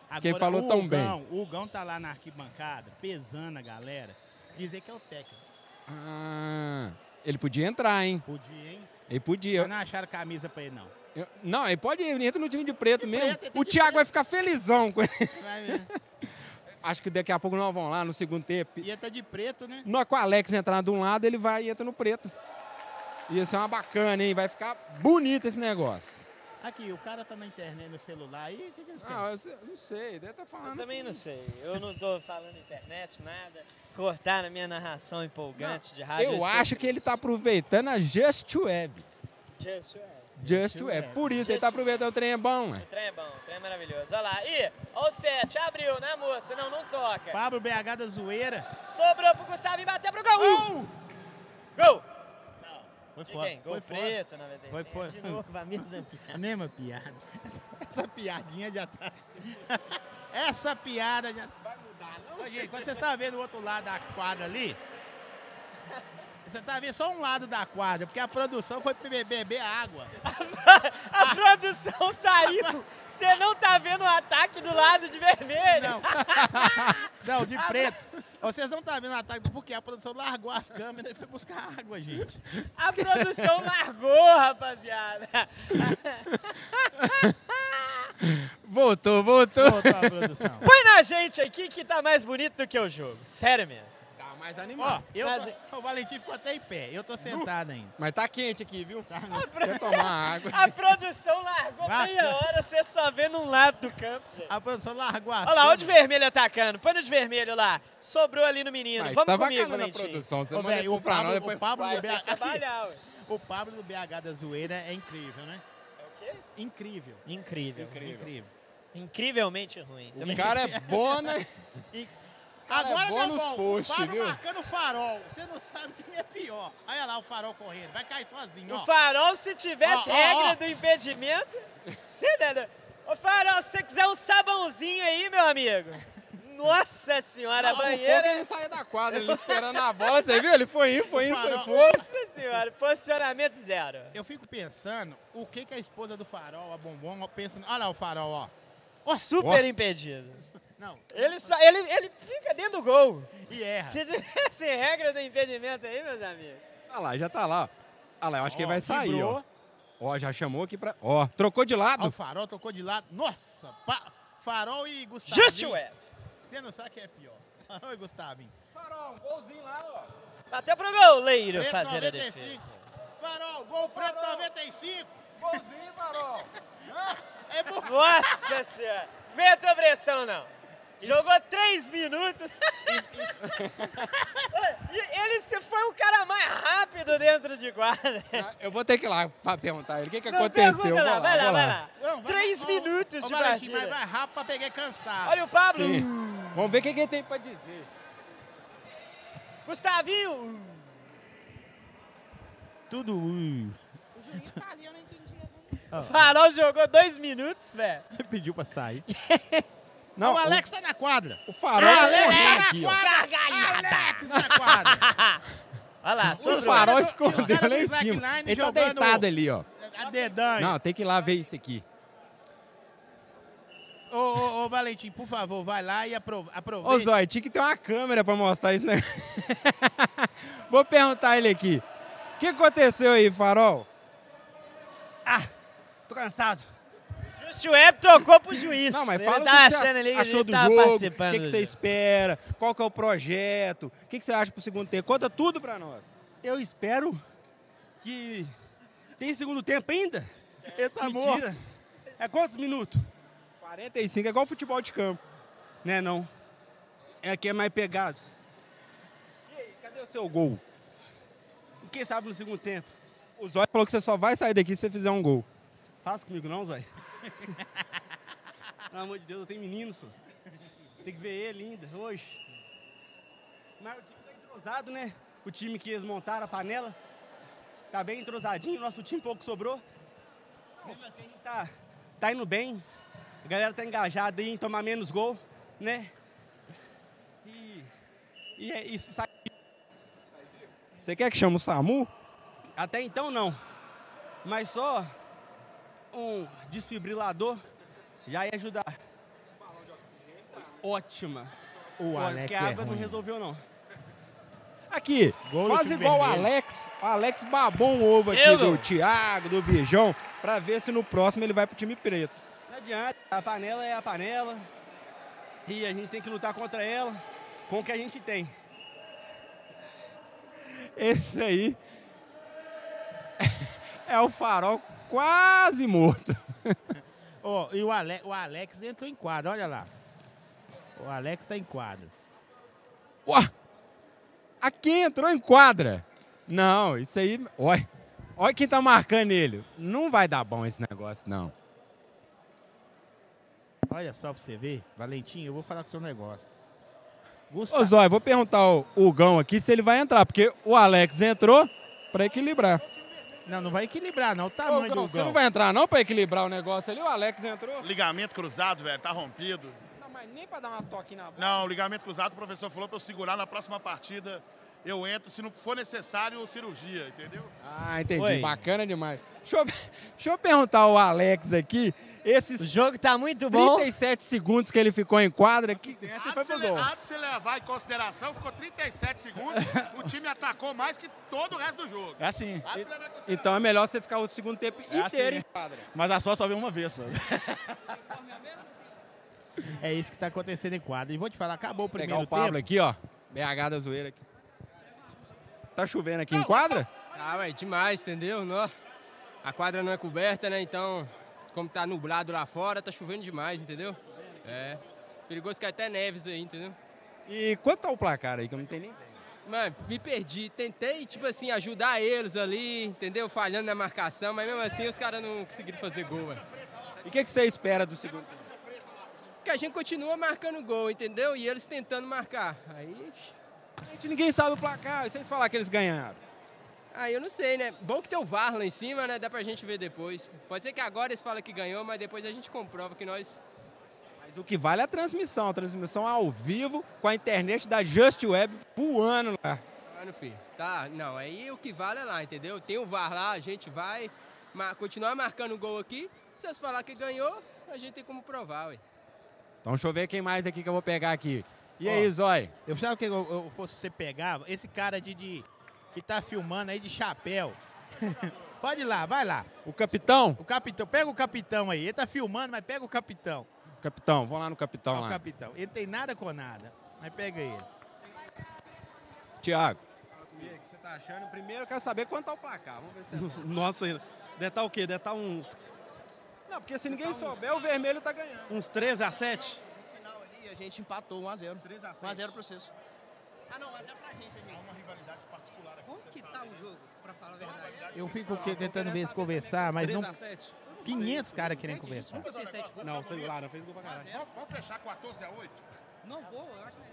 Porque ele Agora, falou o tão Hugão, bem. O Hugão tá lá na arquibancada, pesando a galera, dizer que é o técnico. Ah, ele podia entrar, hein? Podia, hein? Ele podia. Mas não acharam camisa pra ele, não. Eu- Não, ele pode ir, ele entra no time de preto mesmo. preto, ele o Thiago vai ficar felizão com ele. Vai mesmo. Acho que daqui a pouco nós vamos lá no segundo tempo. E ele tá de preto, né? Nós é com o Alex entrar de um lado, ele vai e entra no preto. Ia ser uma bacana, hein? Vai ficar bonito esse negócio. Aqui, o cara tá na internet, no celular aí, o que, é que eles Ah, querem? eu não sei, deve estar falando. Eu também não sei. Eu não tô falando internet, nada. Cortaram a minha narração empolgante de rádio. Eu estou- acho que ele tá aproveitando a Just Web. Just Web. Just Web. Por isso, ele tá aproveitando o trem é bom, ué. O trem é bom, o trem é maravilhoso. Olha lá. Ih, olha o 7. Abriu, né, moça? Não, não toca. Pablo BH da zoeira. Sobrou pro Gustavo e bateu pro Gaú. Gol! Foi De fora. quem? Gol foi fora. preto, na verdade. Foi, É, foi. de novo, a mesma A mesma piada. Essa piadinha já tá. Essa piada já. Vai mudar, não? Gente, quando você tá vendo o outro lado da quadra ali. Você tá vendo só um lado da quadra, porque a produção foi beber, beber água. A produção saiu. Você não tá vendo o ataque do lado de vermelho? Não. Não, de preto. Vocês não tá vendo o ataque, porque a produção largou as câmeras e foi buscar água, gente. A produção largou, rapaziada. Voltou, voltou. Voltou a produção. Põe na gente aqui que tá mais bonito do que o jogo. Sério mesmo. Tá mais Ó, animado. eu tô- o Valentim ficou até em pé. Eu tô sentado ainda. Mas tá quente aqui, viu? Quer tomar água. A produção largou Vai. meia hora, você só vendo um lado do campo, gente. A produção largou a Tá Olha lá, olha o de vermelho atacando. Põe no de vermelho lá. Sobrou ali no menino. Mas Vamos tá comigo, bacana a Valentim. produção, você Ô, manda velho, ele o comprar, é Pablo, não, o depois- Pablo Vai do BH. ter que aqui. trabalhar, ué. o Pablo do BH da zoeira é incrível, né? É o quê? Incrível. Incrível. é Incrível. Incrivelmente ruim. é né? Também- E- né? cara é Agora bom tá nos bom. posts, o Pablo viu? marcando o farol. Você não sabe quem é pior. Olha lá o farol correndo. Vai cair sozinho, O ó. farol, se tivesse Ó, ó, regra ó. do impedimento, você não- não. Ô farol, se você quiser um sabãozinho aí, meu amigo. Nossa senhora, a Ah, o banheira. pouco ele saia da quadra, ele esperando a bola, você viu? Ele foi indo, foi indo, foi, farol- foi. Nossa senhora, posicionamento zero. Eu fico pensando o que, que a esposa do farol, a bombom, ó, pensa. Olha lá o farol, ó. Super impedido. Não. Ele, só, ele, ele fica dentro do gol. E erra. Se tivesse regra do impedimento aí, meus amigos. Olha lá, já tá lá. Olha lá, eu acho que Ó, ele vai sair, ó. vibrou. Ó, já chamou aqui pra... Ó, trocou de lado. Ó, o farol tocou de lado. Nossa, pa- farol e Gustavo. Just Web. Você não sabe quem é pior. Farol e Gustavinho. Farol, golzinho lá, ó. Bateu pro goleiro Preto fazer a 95. defesa. Farol, gol preto 95. Golzinho, farol. é bom. Nossa senhora. Meteu pressão, não. Jogou três minutos. E ele se foi o cara mais rápido dentro de guarda. Eu vou ter que ir lá fa- perguntar ele o que, que Não, aconteceu. pergunta Vou lá, vai lá, vou vai lá. Três Ô, minutos ô, de Valentim, partida. Mas vai rápido pra pegar cansado. Olha o Pablo. Sim. Vamos ver o que, que ele tem pra dizer. Gustavinho. Tudo. uh. O juiz tá ali, eu não entendi. Ah. Farol jogou dois minutos, velho. Pediu pra sair. Não, o Alex tá na quadra. O farol O Alex é tá na aqui, ó. quadra. Alex na quadra. Olha lá, tá O sobrou. farol escondeu lá em slackline cima. Ele tá jogando deitado ali, ó. A dedanha. Não, tem que ir lá ver isso aqui. Ô, ô, ô, Valentim, por favor, vai lá e apro- Ô, aproveita. Zói, tinha que ter uma câmera pra mostrar isso, né? Vou perguntar ele aqui. O que aconteceu aí, Farol? Tô cansado. o Schweb trocou pro juiz. Não, mas Ele fala o que tá que você achando ali que o achou juiz do tava jogo, o que, participando que do você jogo. espera, qual que é o projeto, o que, que você acha pro segundo tempo. Conta tudo pra nós. Eu espero que tem segundo tempo ainda. Ele tá Mentira. É quantos minutos? 45, é igual futebol de campo. Né, não. É que é mais pegado. E aí, cadê o Seu gol. Quem sabe no segundo tempo? O Zóio falou que você só vai sair daqui se você fizer um gol. Faça comigo não, Zói. Pelo amor de Deus, eu tenho menino, só. Tem que ver ele ainda, hoje. Mas o time tá entrosado, né? O time que eles montaram, a panela, tá bem entrosadinho. Nosso time pouco sobrou. Mesmo assim, a gente tá, tá indo bem. A galera tá engajada aí em tomar menos gol, né? E, e é isso. Sai... Você quer que chame o Samu? Até então, não. Mas só um desfibrilador já ia ajudar. Ótima. O Ó, Alex que é a água não ruim. resolveu, não. Aqui, Gol do faz time igual o vermelho. Alex. O Alex babou um ovo aqui Eu, do meu. Thiago, do Virgão, pra ver se no próximo ele vai pro time preto. Não adianta, a panela é a panela. E a gente tem que lutar contra ela com o que a gente tem. Esse aí é o farol quase morto. Ó, e o, Ale- o Alex entrou em quadro, olha lá. O Alex tá em quadro. Aqui entrou em quadra. Não, isso aí. Olha, olha quem tá marcando ele. Não vai dar bom esse negócio, não. Olha só pra você ver. Valentim, eu vou falar com o seu negócio. Ô, Zóia, vou perguntar ao Hugão aqui se ele vai entrar, porque o Alex entrou pra equilibrar. Não, não vai equilibrar, não. O Ô, tamanho Hugão, do você gol. não vai entrar não pra equilibrar o negócio ali? O Alex entrou? Ligamento cruzado, velho, tá rompido. Não, mas nem pra dar uma toque na bola. Não, ligamento cruzado, o professor falou pra eu segurar na próxima partida. Eu entro, se não for necessário, cirurgia, entendeu? Ah, entendi. Oi. Bacana demais. Deixa eu, deixa eu perguntar ao Alex aqui. Esses o jogo tá muito bom. 37 segundos que ele ficou em quadra. Que... Há de se le- há de se levar em consideração, ficou 37 segundos, o time atacou mais que todo o resto do jogo. É assim. Há de se levar em consideração. Então é melhor você ficar o segundo tempo É inteiro assim, em né? quadra. Mas a só só veio uma vez, só. É isso que tá acontecendo em quadro. E vou te falar, acabou o primeiro Pegar o Pablo tempo. aqui, ó. BH da zoeira aqui. Tá chovendo aqui em quadra? Ah, ué, demais, entendeu? Nó. A quadra não é coberta, né? Então, como tá nublado lá fora, tá chovendo demais, entendeu? É. Perigoso que até neves aí, entendeu? E quanto tá o placar aí, que eu não tenho nem ideia. Mano, me perdi. Tentei, tipo assim, ajudar eles ali, entendeu? Falhando na marcação, mas mesmo assim os caras não conseguiram fazer gol, mano. E o que, que você espera do segundo tempo? Porque a gente continua marcando gol, entendeu? E eles tentando marcar. Aí. Gente, ninguém sabe o placar. E vocês falar que eles ganharam? Aí eu não sei, né? Bom que tem o VAR lá em cima, né? Dá pra gente ver depois. Pode ser que agora eles falam que ganhou, mas depois a gente comprova que nós. Mas o que vale é a transmissão. A transmissão ao vivo com a internet da Just Web voando lá. Ah, no fim. Tá, não. Aí o que vale é lá, entendeu? Tem o VAR lá, a gente vai ma- continuar marcando gol aqui. Se eles falar que ganhou, a gente tem como provar, ué. Então deixa eu ver quem mais aqui que eu vou pegar aqui. E Ó, aí, Zói? Eu sabe o que eu, eu fosse você pegar? Esse cara de, de- que tá filmando aí de chapéu. Pode ir lá, vai lá. O capitão? O capitão, pega o capitão aí. Ele tá filmando, mas pega o capitão. Capitão, vamos lá no capitão Ó, lá. o capitão. Ele tem nada com nada. Mas pega ele. Tiago. O que você tá achando? Primeiro eu quero saber quanto tá o placar. Vamos ver se Nossa, ainda. Deve tá o quê? Deve tá uns, Não, porque se ninguém souber, o vermelho tá ganhando. uns 13 a 7. E a Um gente empatou 1x0. 1x0 pra vocês. Ah, não, 1x0 pra gente, gente. Há uma rivalidade particular aqui. Como que né? tá o jogo, pra falar a Então, verdade? Eu fico que- tentando ver se conversar, mas não. 3 a 7. 500 caras querem conversar. Vamos fazer um negócio, vamos Não, ficar sei lá, não fez gol pra caralho. Vamos, vamos fechar 14 a 8? Não, boa, eu acho melhor.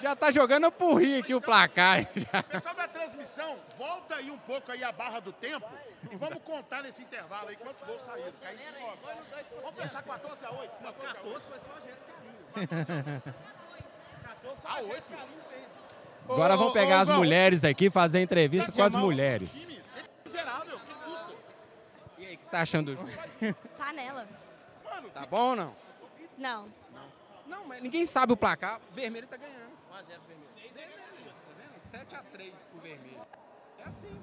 Já tá jogando por rir aqui o placar. Pessoal da transmissão, volta aí um pouco aí a barra do tempo e vamos contar nesse intervalo aí quantos gols saíram. que aí descobre. Vamos fechar 14 a 8? 14 foi só a Jéssica A 8? Ah, Agora vão pegar as mulheres aqui, fazer entrevista com as mulheres. Miserável, que custo. E aí, o que você tá achando do jogo? Panela. Tá bom ou não? Não. Não, mas ninguém sabe o placar. Vermelho tá ganhando. 1x0 vermelho. 7x3 pro vermelho. É assim.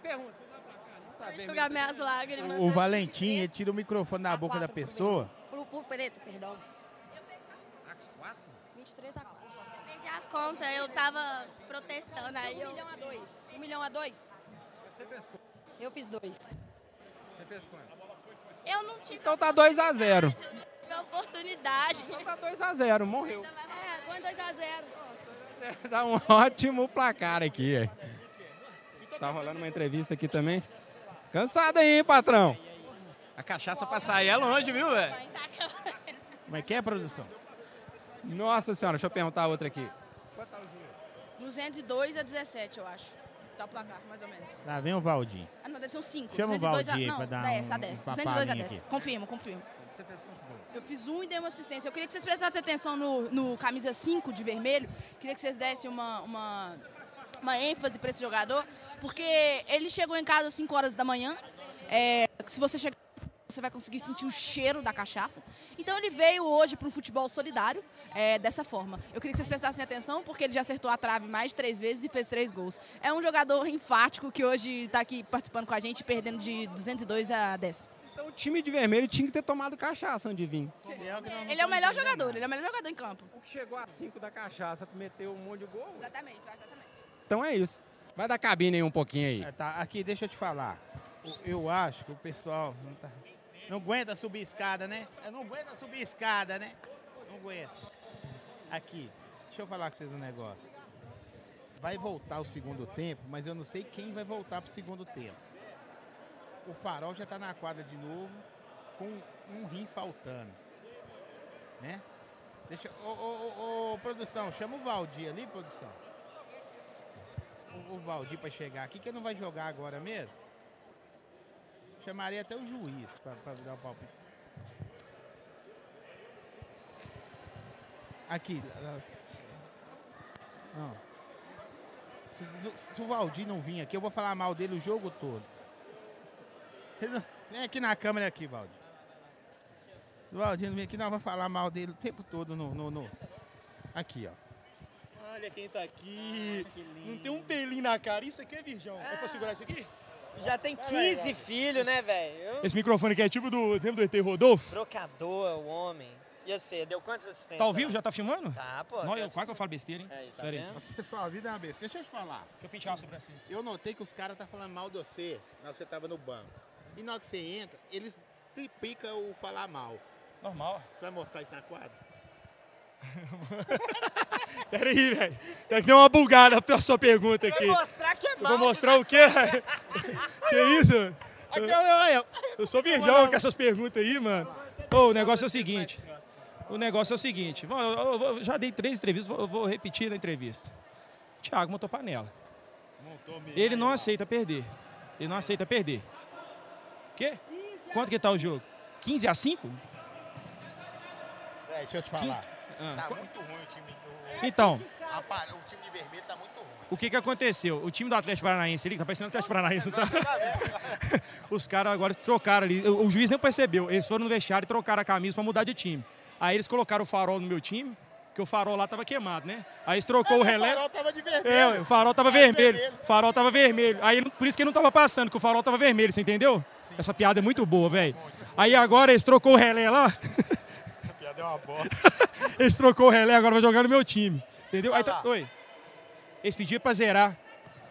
Pergunta, vocês vão pra cá, não Pra sabem enxugar mesmo. minhas lágrimas. é O Valentim, ele tira o microfone da boca da pessoa. Pro, pro preto, perdão. Eu perdi as contas. 23 a 4. Eu perdi as contas, eu tava protestando aí. Um milhão a dois. Um milhão a dois? Você fez quanto? Eu fiz dois. Você fez quanto? Eu não tive Então tá 2 a 0. a oportunidade. Então tá 2 a 0, morreu. É, põe 2 a 0. Dá um ótimo placar aqui. é. Tá rolando uma entrevista aqui também. Cansado aí, hein, patrão? A cachaça pra sair é longe, viu, velho? Como é que é, produção? Nossa senhora, deixa eu perguntar outra aqui. tá 202 a 17, eu acho. Tá o placar, mais ou menos. Lá vem o Valdir. Ah, não, deve ser uns 5. Chama o 202 Valdir a... pra dar Não, 10 a um 10. papalinho 202 a aqui. 10. Confirmo, confirmo. Você fez quantos gols? Eu fiz um e dei uma assistência. Eu queria que vocês prestassem atenção no, no camisa 5 de vermelho. Queria que vocês dessem uma, uma, uma ênfase para esse jogador, porque ele chegou em casa às 5 horas da manhã. É, se você chegar, você vai conseguir sentir o cheiro da cachaça. Então ele veio hoje para um futebol solidário é, dessa forma. Eu queria que vocês prestassem atenção, porque ele já acertou a trave mais de três vezes e fez três gols. É um jogador enfático que hoje está aqui participando com a gente, perdendo de 202 a 10. Então o time de vermelho tinha que ter tomado cachaça onde vim. Ele é o melhor jogador, ele é o melhor jogador em campo. O que chegou a 5 da cachaça, tu meteu um monte de gol? Exatamente, exatamente. Então é isso. Vai dar cabine aí um pouquinho aí. É, tá, aqui, deixa eu te falar. O- Eu acho que o pessoal não, tá- não aguenta subir escada, né? Não aguenta subir escada, né? Não aguenta. Aqui, deixa eu falar com vocês um negócio. Vai voltar o segundo tempo, mas eu não sei quem vai voltar pro segundo tempo. O Farol já tá na quadra de novo, com um rim faltando. Né? Deixa, ô, ô, ô, ô, produção, chama o Valdir ali, produção. O, o Valdir pra chegar aqui, que ele não vai jogar agora mesmo. Chamaria até o juiz pra, pra dar o palpite. Aqui. lá- lá. Não. Se- Se, se o Valdir não vir aqui, eu vou falar mal dele o jogo todo. Ele não- Vem aqui na câmera aqui, Valdir. Se o Valdir não vir aqui, nós vamos falar mal dele o tempo todo no- no- no... Aqui, ó. Olha quem tá aqui. Não tem um pelinho na cara. Isso aqui é virgão. É pra segurar isso aqui? Já tem 15 filhos, né, velho? Esse microfone aqui é tipo do tempo do ET Rodolfo? Trocador, o homem. E você, deu quantas assistências? Tá ao vivo? Já tá filmando? Tá, pô. Não, eu, quase que eu falo besteira, hein? Aí, tá Pera aí. vendo? Nossa, sua vida é uma besta. Deixa eu te falar. Deixa eu pentear a sobrancelha. Eu notei que os caras tá falando mal de você na hora que você tava no banco. E na hora que você entra, eles triplicam o falar mal. Normal. Você vai mostrar isso na quadra? Pera aí, velho. Deve ter uma bugada pela sua pergunta aqui. mostrar que é Eu vou mostrar o quê? que isso? é Eu, eu sou virgão com essas perguntas aí, mano. Ô, o negócio é o seguinte. O negócio é o seguinte. Bom, eu, eu- eu já dei três entrevistas, vou, eu vou repetir na entrevista. Thiago montou panela. Ele não aceita perder. Ele não aceita perder. Quê? Quanto que tá o jogo? 15 a 5? É, deixa eu te falar. Ah. Tá muito ruim o time. O, Então. Rapaz, o time de vermelho tá muito ruim. O que que aconteceu? O time do Atlético Paranaense ali, tá parecendo o Atlético Paranaense, não tá? Os caras agora trocaram ali. O, o juiz nem percebeu. Eles foram no vestiário e trocaram a camisa pra mudar de time. Aí eles colocaram o farol no meu time, que o farol lá tava queimado, né? Aí eles trocou o relé. O farol tava de É, vermelho. ué, o farol tava vermelho. O farol tava vermelho. Aí, ele- por isso que ele não tava passando, que o farol tava vermelho, você entendeu? Essa piada é muito boa, velho. Aí agora eles trocou o relé lá. Essa piada é uma bosta. Eles trocou o relé, agora vai jogar no meu time. Entendeu? Vai Aí tá- lá. oi. Eles pediram pra zerar.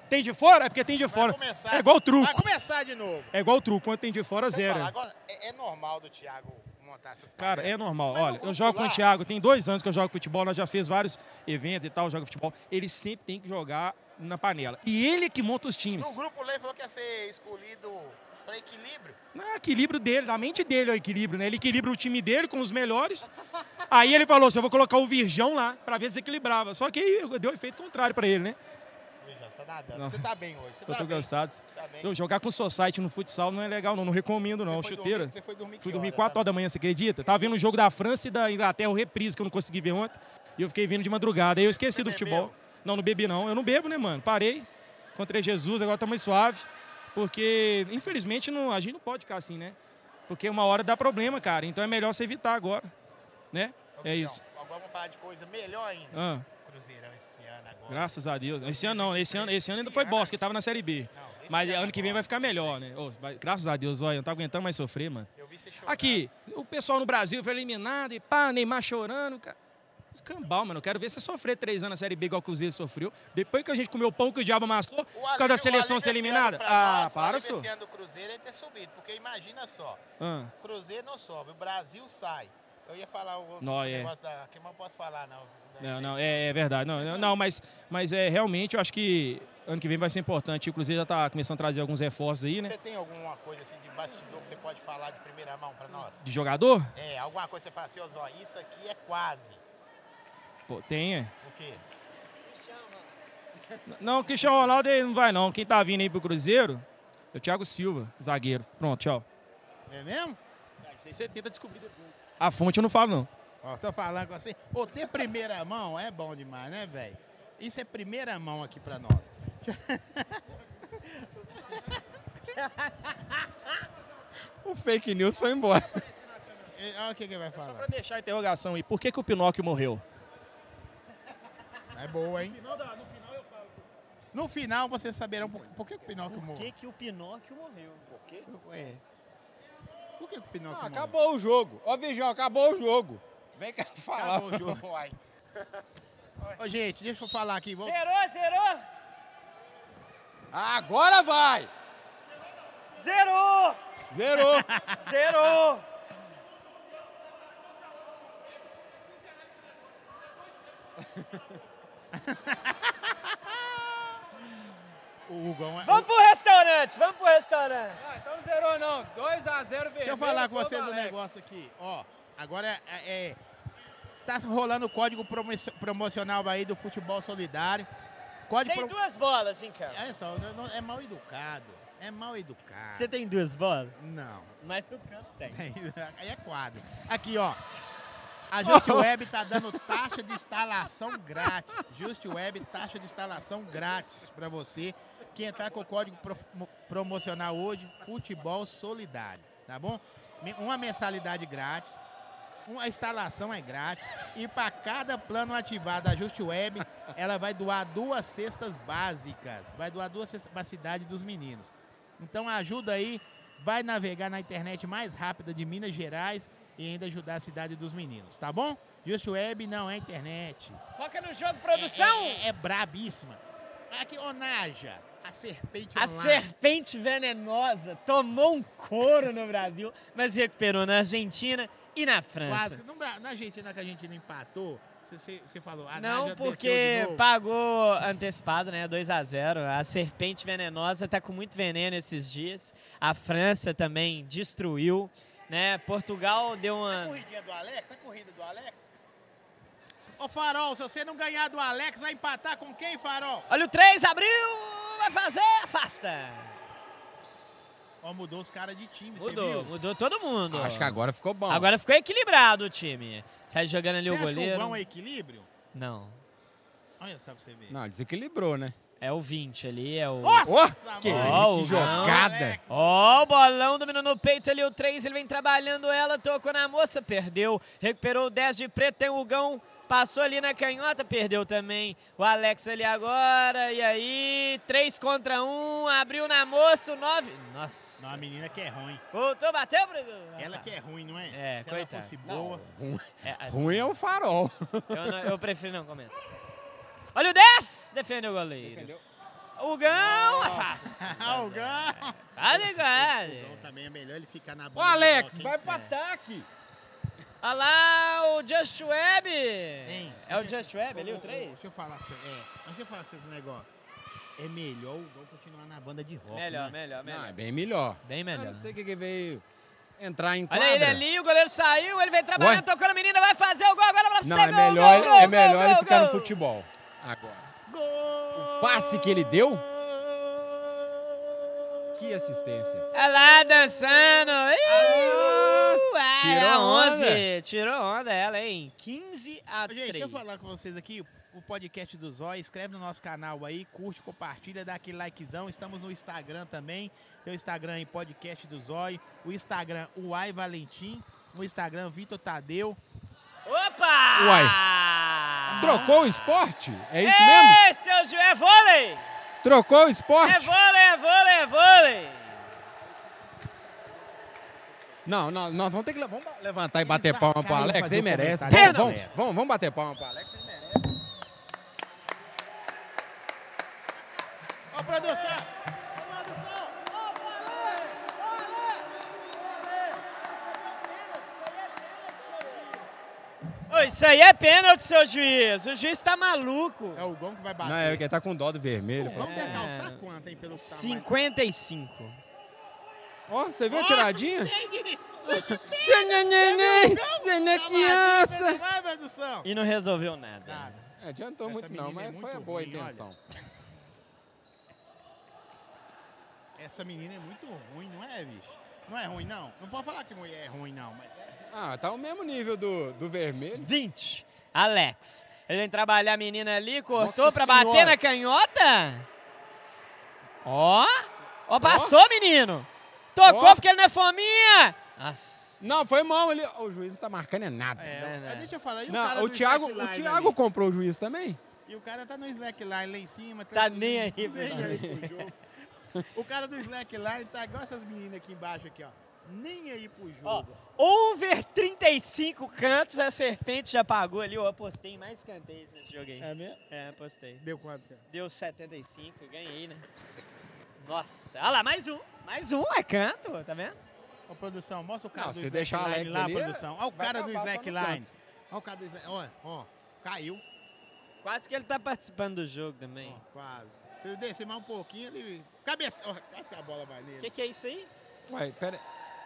Tem de fora? É porque tem de fora. começar. É igual o Vai truco. começar de novo. É igual o truco. Quando tem de fora, Deixa eu zero. falar, agora, é, é normal do Thiago montar essas Cara, é normal. Olha, eu grupo jogo com o lá- Thiago, tem dois anos que eu jogo futebol, nós já fez vários eventos e tal, joga futebol. Ele sempre tem que jogar na panela. E ele é que monta os No times. grupo, o Lei falou que ia ser escolhido para equilíbrio. Não é equilíbrio dele, da mente dele é o equilíbrio, né? Ele equilibra o time dele com os melhores. Aí ele falou assim: eu vou colocar o Virgão lá pra ver se equilibrava. Só que aí deu efeito contrário pra ele, né? Veja, você tá nadando. Não. Você tá bem hoje. Você Eu tá tô bem. cansado. Tá bem. Eu jogar com o Society no futsal não é legal, não. Não recomendo, não. Chuteira. dormir- você foi dormir que Fui dormir horas, tá? 4 horas da manhã, você acredita? Tava vendo o jogo da França e da Inglaterra, o reprise que eu não consegui ver ontem. E eu fiquei vindo de madrugada. Aí eu esqueci do futebol. Não, não bebi, não. Eu não bebo, né, mano? Parei. Encontrei Jesus, agora tá mais suave. Porque, infelizmente, não, a gente não pode ficar assim, né? Porque uma hora dá problema, cara. Então é melhor você evitar agora. Né? É isso. Agora vamos falar de coisa melhor ainda. Ah. Cruzeirão esse Graças a Deus. Esse ano não, esse ano, esse ano ainda foi bosta, que tava na Série B. Mas ano que vem vai ficar melhor, né? Ô, vai- graças a Deus, olha, eu não tá aguentando mais sofrer, mano. Aqui, o pessoal no Brasil foi eliminado e pá, Neymar chorando, cara. Escambau, mano. Eu quero ver você sofrer três anos na Série B igual o Cruzeiro sofreu. Depois que a gente comeu o pão que o diabo amassou, por causa da seleção é ser eliminada. Ah, para, o senhor. Esse ano do Cruzeiro é ter subido, porque imagina só. Ah. Cruzeiro não sobe, o Brasil sai. Eu ia falar o outro Nó, é. negócio da... Que não posso falar, não. Não, não, é, é verdade. Não, não, não, mas, mas é, realmente eu acho que ano que vem vai ser importante. O Cruzeiro já tá começando a trazer alguns reforços aí, né? Você tem alguma coisa assim de bastidor que você pode falar de primeira mão pra nós? De jogador? É, alguma coisa que você fala assim, ó, Zó, isso aqui é quase. Pô, tem, é. O quê? Não, o Cristiano Ronaldo ele não vai, não. Quem tá vindo aí pro Cruzeiro é o Thiago Silva, zagueiro. Pronto, tchau. É mesmo? Isso aí você tenta descobrir depois. A fonte eu não falo, não. Ó, tô falando com você. Pô, ter primeira mão é bom demais, né, velho? Isso é primeira mão aqui pra nós. O fake news foi embora. E, Olha o que que vai Só falar. pra deixar a interrogação aí, por que, que o Pinóquio morreu? É boa, hein? No final vocês saberão por, por que, que o Pinóquio morreu. que, que o Pinóquio morreu? Por quê? É. Por que, que o Pinóquio Ah, morreu? acabou o jogo. Ó, Virgão, acabou o jogo. Vem cá falar. Acabou o jogo. Ô, gente, deixa eu falar aqui. Vou... Zerou, zerou! Agora vai! Zerou! Zerou! Zerou! O Hugão é... Vamos pro restaurante, vamos pro restaurante. então não zerou não, 2x0 vermelho. Deixa eu falar com vocês um negócio aqui. Ó, agora é, é- tá rolando o código promocio- promocional aí do futebol solidário. Código Tem pro- duas bolas, hein, cara? É só, não- não- é mal educado. É mal educado. Você tem duas bolas? Não. Mas o campo tem. Aí é quadro. Aqui, ó. A Just Web tá dando taxa de instalação grátis. Just Web, taxa de instalação grátis para você que entrar com o código pro- mo- promocional hoje, Futebol Solidário, tá bom? Me- Uma mensalidade grátis, um- a instalação é grátis e para cada plano ativado da Just Web, ela vai doar duas cestas básicas, vai doar duas cestas para a cidade dos meninos. Então ajuda aí, vai navegar na internet mais rápida de Minas Gerais e ainda ajudar a cidade dos meninos, tá bom? Just Web não é internet. Foca no jogo, produção! É, é, é brabíssima. Aqui, ô Naja, a serpente A online. serpente venenosa tomou um couro no Brasil, mas recuperou na Argentina e na França. Quase. No Bra- na Argentina que a Argentina empatou, você você falou, a Não, Nádia desceu de porque novo. pagou antecipado, né? 2 a 0 A serpente venenosa tá com muito veneno esses dias. A França também destruiu, né? Portugal deu A uma. corridinha do Alex, a corrida do Alex. Ô Farol, se você não ganhar do Alex, vai empatar com quem, Farol? Olha o 3, abriu! Vai fazer! Afasta! Ó, mudou os caras de time, você Mudou, viu? mudou todo mundo. Acho que agora ficou bom. Agora ficou equilibrado o time. Sai jogando ali Você o acha que goleiro. o Gão é equilíbrio? Não. Olha só pra você ver. Não, desequilibrou, né? É o 20 ali, é o. Nossa, Ó, que- ó, que o jogada. Gão. Ó, o bolão dominou no peito ali o 3, ele vem trabalhando ela, tocou na moça, perdeu. Recuperou o 10 de preto, tem o Gão. Passou ali na canhota, perdeu também o Alex ali agora. E aí, 3 contra 1, abriu na moça o 9. Nossa. Não, a menina que é ruim. Voltou, bateu, Bruno? Ela que é ruim, não é? É, Se coitada. ela fosse boa. Ruim É, assim. ruim é o farol. Eu, não- eu prefiro não comentar. Olha o 10! Defende o goleiro. O Gão afasta. Ah, o Gão. Faz igual. O Gão também é melhor ele ficar na Ô, bola. Alex, vai pro ataque. é. Olha lá o Just Web. É o Just Web ali, o 3? Deixa eu falar com vocês. É, mas deixa eu falar com vocês um negócio. É melhor o Gão continuar na banda de rock. Melhor, né? melhor, melhor. Ah, é bem melhor. Bem melhor. Eu não sei o que, que veio entrar em quadra. Olha ele ali, o goleiro saiu, ele veio trabalhando, Ué? tocou na menina, vai fazer o gol agora pra você. Não, é melhor, gol, gol, gol, é gol, melhor ele gol, ficar no gol. futebol. Agora. O passe que ele deu. Que assistência. Olha lá, dançando. Ih, ah, tirou ela onda. 11. Tirou onda ela, hein? 15 a Gente, 3. deixa eu falar com vocês aqui. O podcast do Zói, inscreve no nosso canal aí, curte, compartilha, dá aquele likezão. Estamos no Instagram também. Tem o Instagram aí, podcast do Zói. O Instagram, Uai Ah! Valentim. No Instagram, Vitor Tadeu. Opa! Uai. A Trocou o esporte? É isso mesmo? Ei, seu juiz, é vôlei! Trocou o esporte? É vôlei, é vôlei, é vôlei! Não, não, nós vamos ter que le- vamos levantar e bater palma pro vão Alex, fazer ele um merece. comentário. Vamos, Pena, vamos, velho. vamos, vamos bater palma pro Alex. Ô, produção! Ô, isso aí é pênalti, seu juiz. O juiz tá maluco. É o Gão que vai Não, é porque ele tá com dó do vermelho. Vamos É. É. decalçar quanto, hein, pelo que tá mais- 55. Ó, você viu a Ó, tiradinha? gente, Tchananana, Você viu o Gão? criança. Tá maluco, vai, produção. E não resolveu nada. É, Adiantou Essa muito não, menina mas é foi a muito boa ruim, olha. intenção. Essa menina é muito ruim, não é, bicho? Não é ruim, não. Não pode falar que mulher é ruim, não, mas é Ah, tá o mesmo nível do, do vermelho. 20. Alex. Ele vem trabalhar a menina ali, cortou Nossa pra bater Senhora. na canhota. Ó. Ó, passou, menino. Tocou porque ele não é fominha. Não, foi mal ele. O juiz não tá marcando é nada. Ah, Deixa eu falar. E o cara Não, o do Thiago, o slackline Thiago ali? comprou o juiz também? E o cara tá no slackline lá em cima. Tá tranquilo, nem aí, nem aí pro velho. jogo. O cara do slackline tá igual essas meninas aqui embaixo, aqui, ó. Nem aí pro jogo. Over 35 cantos, a serpente já pagou ali. Eu apostei em mais escanteios nesse jogo aí. É mesmo? É, apostei. Deu quanto, cara? Deu 75, ganhei, né? Nossa, olha lá, mais um. Mais um, é canto, tá vendo? Ô, produção, mostra o cara Não, do se deixar o slackline Alex lá, ali, é. produção. Olha o vai cara do acabar só no slackline. canto. Olha o cara do slackline. Olha, ó, caiu. Quase que ele tá participando do jogo também. Quase. Se eu descer mais um pouquinho, ele... Cabeça! Ó, quase que a bola vai nele. O que, que é isso aí? Ué, pera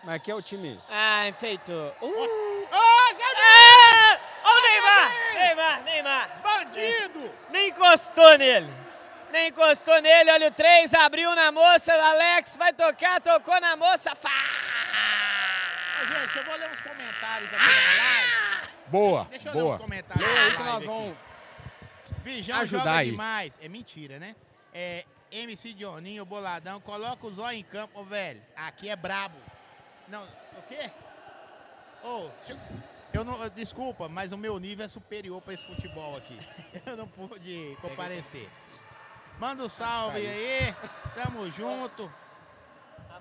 Mas aqui é o time. Ah, enfeitou. Uh! Ô, seu Ah! Ó o Neymar! Neymar, Neymar! Bandido! Nem encostou nele. Nem encostou nele, olha o 3, abriu na moça, Alex vai tocar, tocou na moça, faz! Ô, gente, eu vou ler uns comentários aqui na live. Boa, Deixa eu ler boa. uns comentários Lê aí na que live nós vamos- aqui. Vijão ajudar joga aí. demais. É mentira, né? É, MC Dioninho, Boladão, coloca o zóio em campo, Ô, velho. Aqui é brabo. Não, o quê? Ô, deixa eu- eu não, eu- desculpa, mas o meu nível é superior pra esse futebol aqui. Eu não pude comparecer. Manda um salve aí. Tamo junto.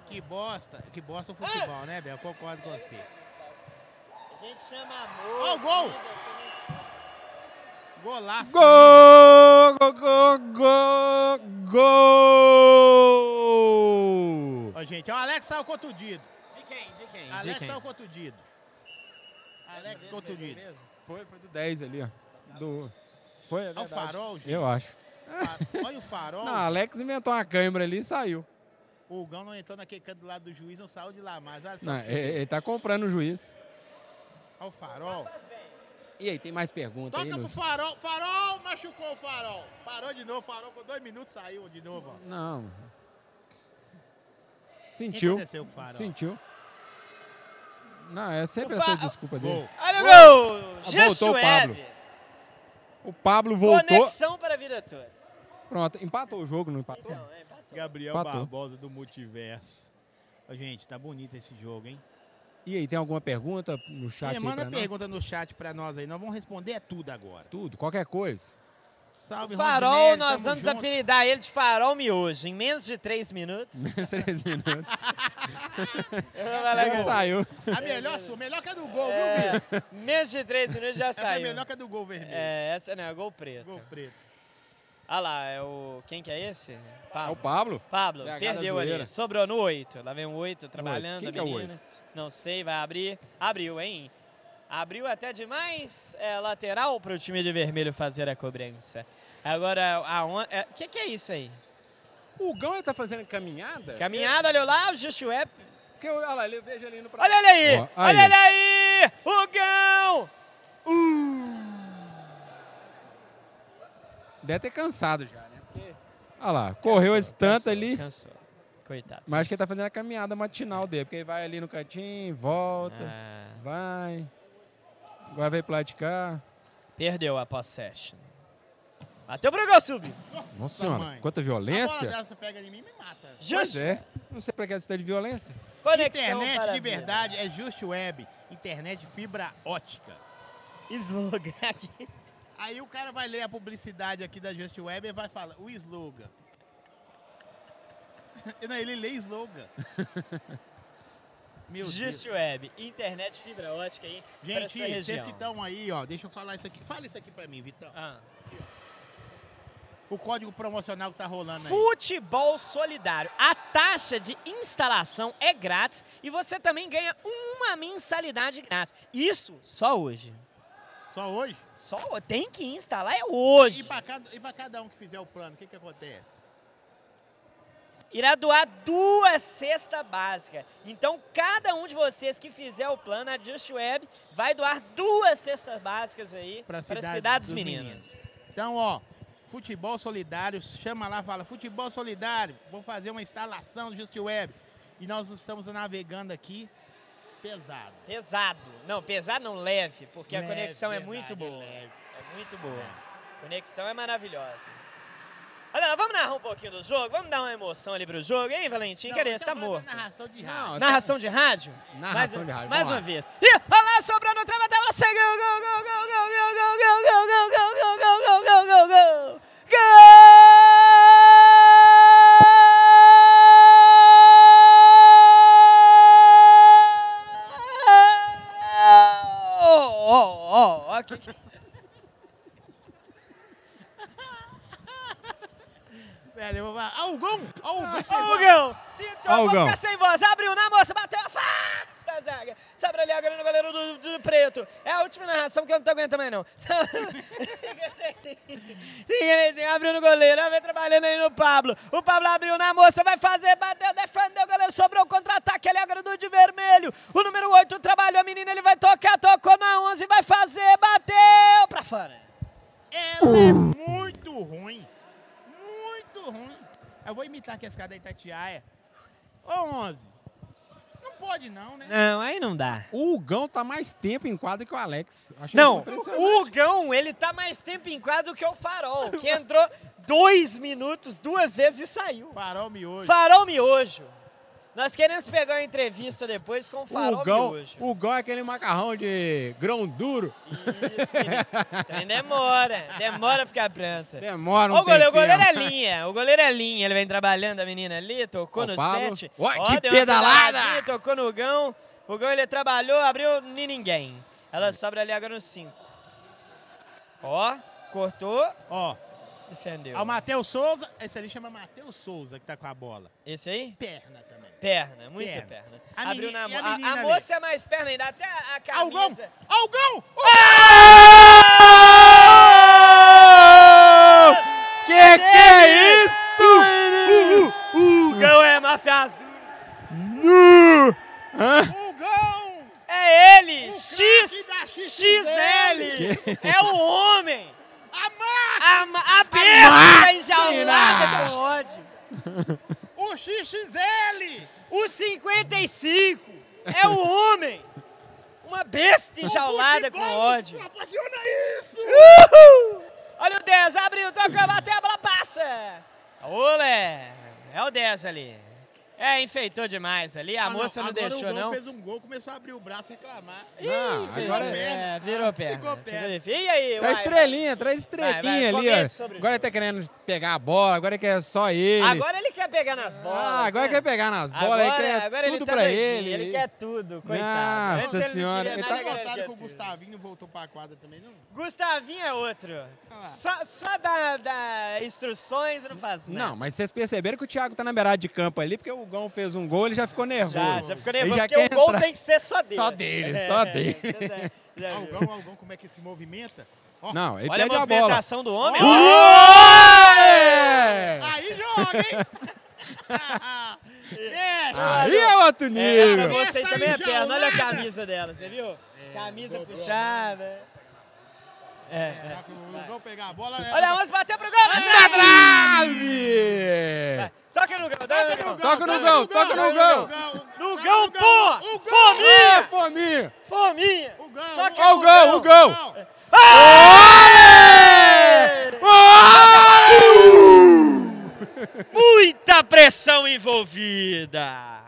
Que bosta. Que bosta o futebol, né, Bel? Concordo com você. A gente chama amor. Ó o gol! Golaço! Gol! Gol! Gol! Gol! Gol! Ó, gente, é o Alex saiu contundido. De quem? De quem? Alex quem? saiu contundido. Alex contundido. Foi, foi do 10 ali, ó. Do... Foi, é Olha o verdade. farol, gente. Eu acho. Fa- Olha o farol. Não, Alex inventou uma câimbra ali e saiu. O Hugão não entrou naquele canto do lado do juiz, não saiu de lá mais. Olha É só. Não, pra você ele, ver. ele tá comprando o juiz. Olha o farol. E aí, tem mais perguntas aí? Toca pro Lu? farol. Farol machucou o farol. Parou de novo, farol com dois minutos saiu de novo. ó. Não. Sentiu. O que aconteceu com o farol? Sentiu. Não, é sempre O fa- essa desculpa dele. Gol. Olha o Gol! gol! Ah, Gesto Voltou o Pablo. Web. O Pablo voltou. Conexão para a vida toda. Pronto, empatou o jogo, não empatou? Gabriel Empatou. Barbosa do Multiverso. Ó, gente, tá bonito esse jogo, hein? E aí, tem alguma pergunta no chat Minha, aí manda pra nós? pergunta no chat pra nós aí. Nós vamos responder é tudo agora. Tudo, qualquer coisa. Salve, Farol, Rodinelli, nós tamo vamos junto. apelidar ele de Farol Miojo em menos de 3 minutos. Menos 3 minutos. Alex. Saiu. A melhor sua, melhor que a do gol, viu, É, Vitor? menos de 3 minutos já Essa é saiu. melhor que a do gol vermelho. É, essa não, é gol preto. Gol preto. Ah lá, é o. Quem que é esse? Pablo. É o Pablo? Pablo, BH da perdeu zoeira. ali. Sobrou no 8. Lá vem o 8 trabalhando. Quem a que é o menina. oito? Não sei, vai abrir. Abriu, hein? Abriu até demais. É lateral pro time de vermelho fazer a cobrança. Agora, a on... é, que, que é isso aí? O Gão tá fazendo caminhada? Caminhada, olha lá, o Justo Web. Porque eu, olha lá, eu vejo ali no pra... Olha ele aí! Ó, aí. Olha ele aí! O Gão! Uh! Deve ter cansado já, né? Porque... Olha lá, correu esse tanto ali. Cansou. Coitado. Mas acho que ele tá fazendo a caminhada matinal dele, porque ele vai ali no cantinho, volta, Ah. vai. Agora vai platicar. Perdeu a possession. Bateu pro gol, sub. Nossa, senhora, mãe. quanta A bola violência. dessa pega em mim e me mata. Pois é. Não sei pra que você tá de violência. Conexão para Internet a de vida. verdade é Just Web. Internet fibra ótica. Slogan aqui. Aí o cara vai ler a publicidade aqui da Just Web e vai falar o slogan. Não, ele lê slogan. Meu Just Deus. Web, internet fibra ótica aí. pra Gente, sua região. Ah. vocês que estão aí, ó, deixa eu falar isso aqui. Fala isso aqui pra mim, Vitão. Aqui, ó. O código promocional que tá rolando aí. Futebol Solidário. A taxa de instalação é grátis e você também ganha uma mensalidade grátis. Isso só hoje. Só hoje? Só ho- Tem que instalar é hoje. E pra cada, e pra cada um que fizer o plano, o que que acontece? irá doar duas cestas básicas. Então, cada um de vocês que fizer o plano, a Just Web vai doar duas cestas básicas aí para a cidade, dos, meninos. Então, ó, futebol solidário, chama lá, fala, futebol solidário, vou fazer uma instalação do Just Web. E nós estamos navegando aqui pesado. Pesado. Não, pesado não, leve, porque Leve, a conexão é verdade, muito é boa. É muito boa. Conexão é maravilhosa. Olha, vamos narrar um pouquinho do jogo? Vamos dar uma emoção ali pro jogo, hein, Valentim? Não, Cadê? então Você tá vamos morto. Narração de Não, rádio. Narração de rádio? Narração mais, de rádio, Mais vamos lá. uma vez. Ih, olha lá, sobrando o trava da segue o gol, gol, gol, gol, gol, gol, gol, gol, gol, gol, gol, gol, gol, gol, gol, gol. Ó, ó, ó, aqui. Velho, eu vou falar, Algão! Algão! Algão! Pintou, Ó o vou gol. ficar sem voz. Abriu na moça, bateu, afasta a zaga. Sobra ali agora no goleiro do, do preto. É a última narração que eu não tô aguentando mais, não. abriu no goleiro, vem trabalhando aí no Pablo. O Pablo abriu na moça, vai fazer, bateu, defendeu o goleiro, sobrou o contra-ataque, ele agora do de vermelho. O número 8 trabalhou a menina, ele vai tocar, tocou na 11, vai fazer, bateu pra fora. É Muito ruim. Muito ruim. Eu vou imitar aqui as caras da Itatiaia. Ô, 11. Não pode não, né? Não, aí não dá. O Hugão tá mais tempo em quadra que o Alex. Achei isso Não, impressionante. o Hugão, ele tá mais tempo em quadro do que o Farol, que entrou dois minutos, duas vezes e saiu. Farol Miojo. Farol Miojo. Nós queremos pegar uma entrevista depois com o O Farol Hugão, Miojo. o Hugão é aquele macarrão de grão duro. Também demora, demora a ficar pronta. Demora um Ó o goleiro, o tempinho. goleiro é linha, o goleiro é linha. Ele vem trabalhando a menina ali, tocou Ó, no Pablo. 7. Ué, que pedalada! Tocou no Gão. O Gão ele trabalhou, abriu nem ninguém. Hum. Ela sobra ali agora no 5. Ó, cortou. Ó. Defendeu. Ó, o Matheus Souza. Esse ali chama Matheus Souza, que tá com a bola. Esse aí? Perna também. Perna, muita perna. Perna. A Abriu meni- na e a mo- a, menina a ali? moça é mais perna ainda, até a, a camisa. Algão! Algão! Que que é isso? O Gão é máfia azul. O Gão! É ele! X, craque da XL! Que- É o homem! A ma- A, besta enjaulada do ódio! O XXL! O 55! É o homem! Uma besta enjaulada com ódio! Proporciona isso! Uhul! Olha o 10, abriu, toca, bateu, a bola passa! Olé! É o 10 ali. É, enfeitou demais ali, a Ah, moça não, agora deixou o Gão não. fez um gol, começou a abrir o braço e reclamar. Não, Ih, agora virou é- perna. virou perna. Ficou perna. E aí, Tá uai, estrelinha, traz Vai, vai, estrelinha ali, comente sobre ó. Agora ele tá querendo pegar a bola, agora quer só ele. Agora ele quer pegar nas bolas. Ah, agora né? quer pegar nas bolas, ele quer agora tudo ele tá pra doidinho, ele. Ele quer tudo, coitado. Nossa Antes ele não senhora, queria ele nada, tá- agora ele Notaram quer que o tudo. Gustavinho não voltou pra quadra também, não? Gustavinho é outro. Só, só dá, dá instruções e não faz nada. Não, mas vocês perceberam que o Thiago tá na beirada de campo ali, porque o Gão fez um gol, ele já ficou nervoso. Já, já ficou Ele nervoso, já porque o quer gol entrar. tem que ser é só dele. Só dele, só É, dele. pois é. Já viu. Algão, Algão, como é que se movimenta? Ó. Não, ele Olha a perde a bola. movimentação do homem. Ué! Olha! Aí joga, hein? Deixa! Aí é outro nível. Essa moça aí também é perna. Olha a enjaulada. camisa dela, você É, viu? camisa puxada. É, é. O Gão pegar a bola... é- Olha, 11 bateu pro gol. Na Trave! Toca no gol, toca no gol. Toca no gol, toca no gol. No gol, porra! Fominha! É, fominha. Fominha! Toca Ó o no gol, o gol. Muita pressão envolvida!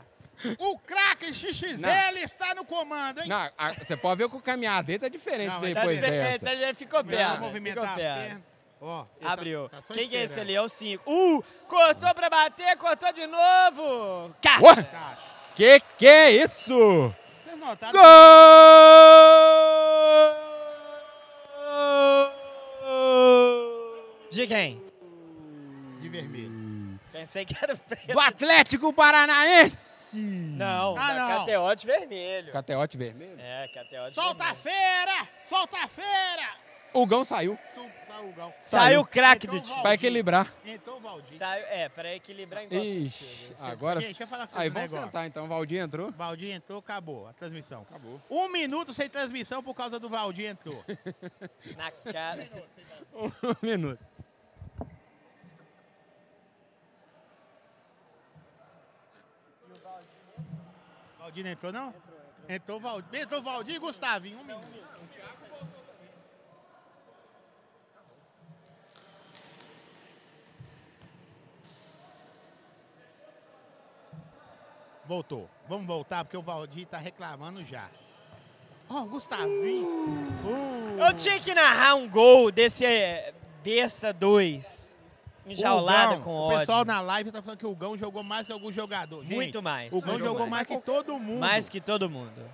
O craque XXL Não. está no comando, hein? Não, a- você pode ver que o caminhar dele tá diferente Não, mas tá depois diferente, dessa. Tá, ele ficou Melhor perna. movimentar as ficou perna. pernas. Ó, esse Abriu. tá só Quem que é esse esperando. ali? É o 5. Uh! Cortou pra bater, cortou de novo! Ué? Caixa! Que que é isso? Vocês notaram? Gol! De quem? De vermelho. Pensei que era o preto. Do Atlético Paranaense! Não, Ah, da não. Cateote vermelho. Cateote vermelho. É, Cateote Solta a feira! Solta a feira! O Gão saiu. Su- Saiu o Gão. Saiu o craque do Então, time. Pra equilibrar. Então, Valdir. Saiu, é, pra equilibrar em qual Ixi, sentido? agora. Gente, deixa eu falar com vocês Aí um vamos negócio. sentar então. O Valdir entrou. Valdir entrou, acabou a transmissão. Acabou. Um minuto sem transmissão por causa do Valdir entrou. Na cara. Um minuto. Valdir não entrou, não? Entrou o Valdir. Entrou o Valdir e Gustavinho. Um minuto. Voltou. Vamos voltar, porque o Valdir tá reclamando já. Ó, o Gustavinho. Eu tinha que narrar um gol desse é, besta 2. O Enjaulada Gão, com O ódio. pessoal na live tá falando que o Gão jogou mais que algum jogador. Gente, Muito mais. O Gão muito jogou mais que todo mundo. Mais que todo mundo.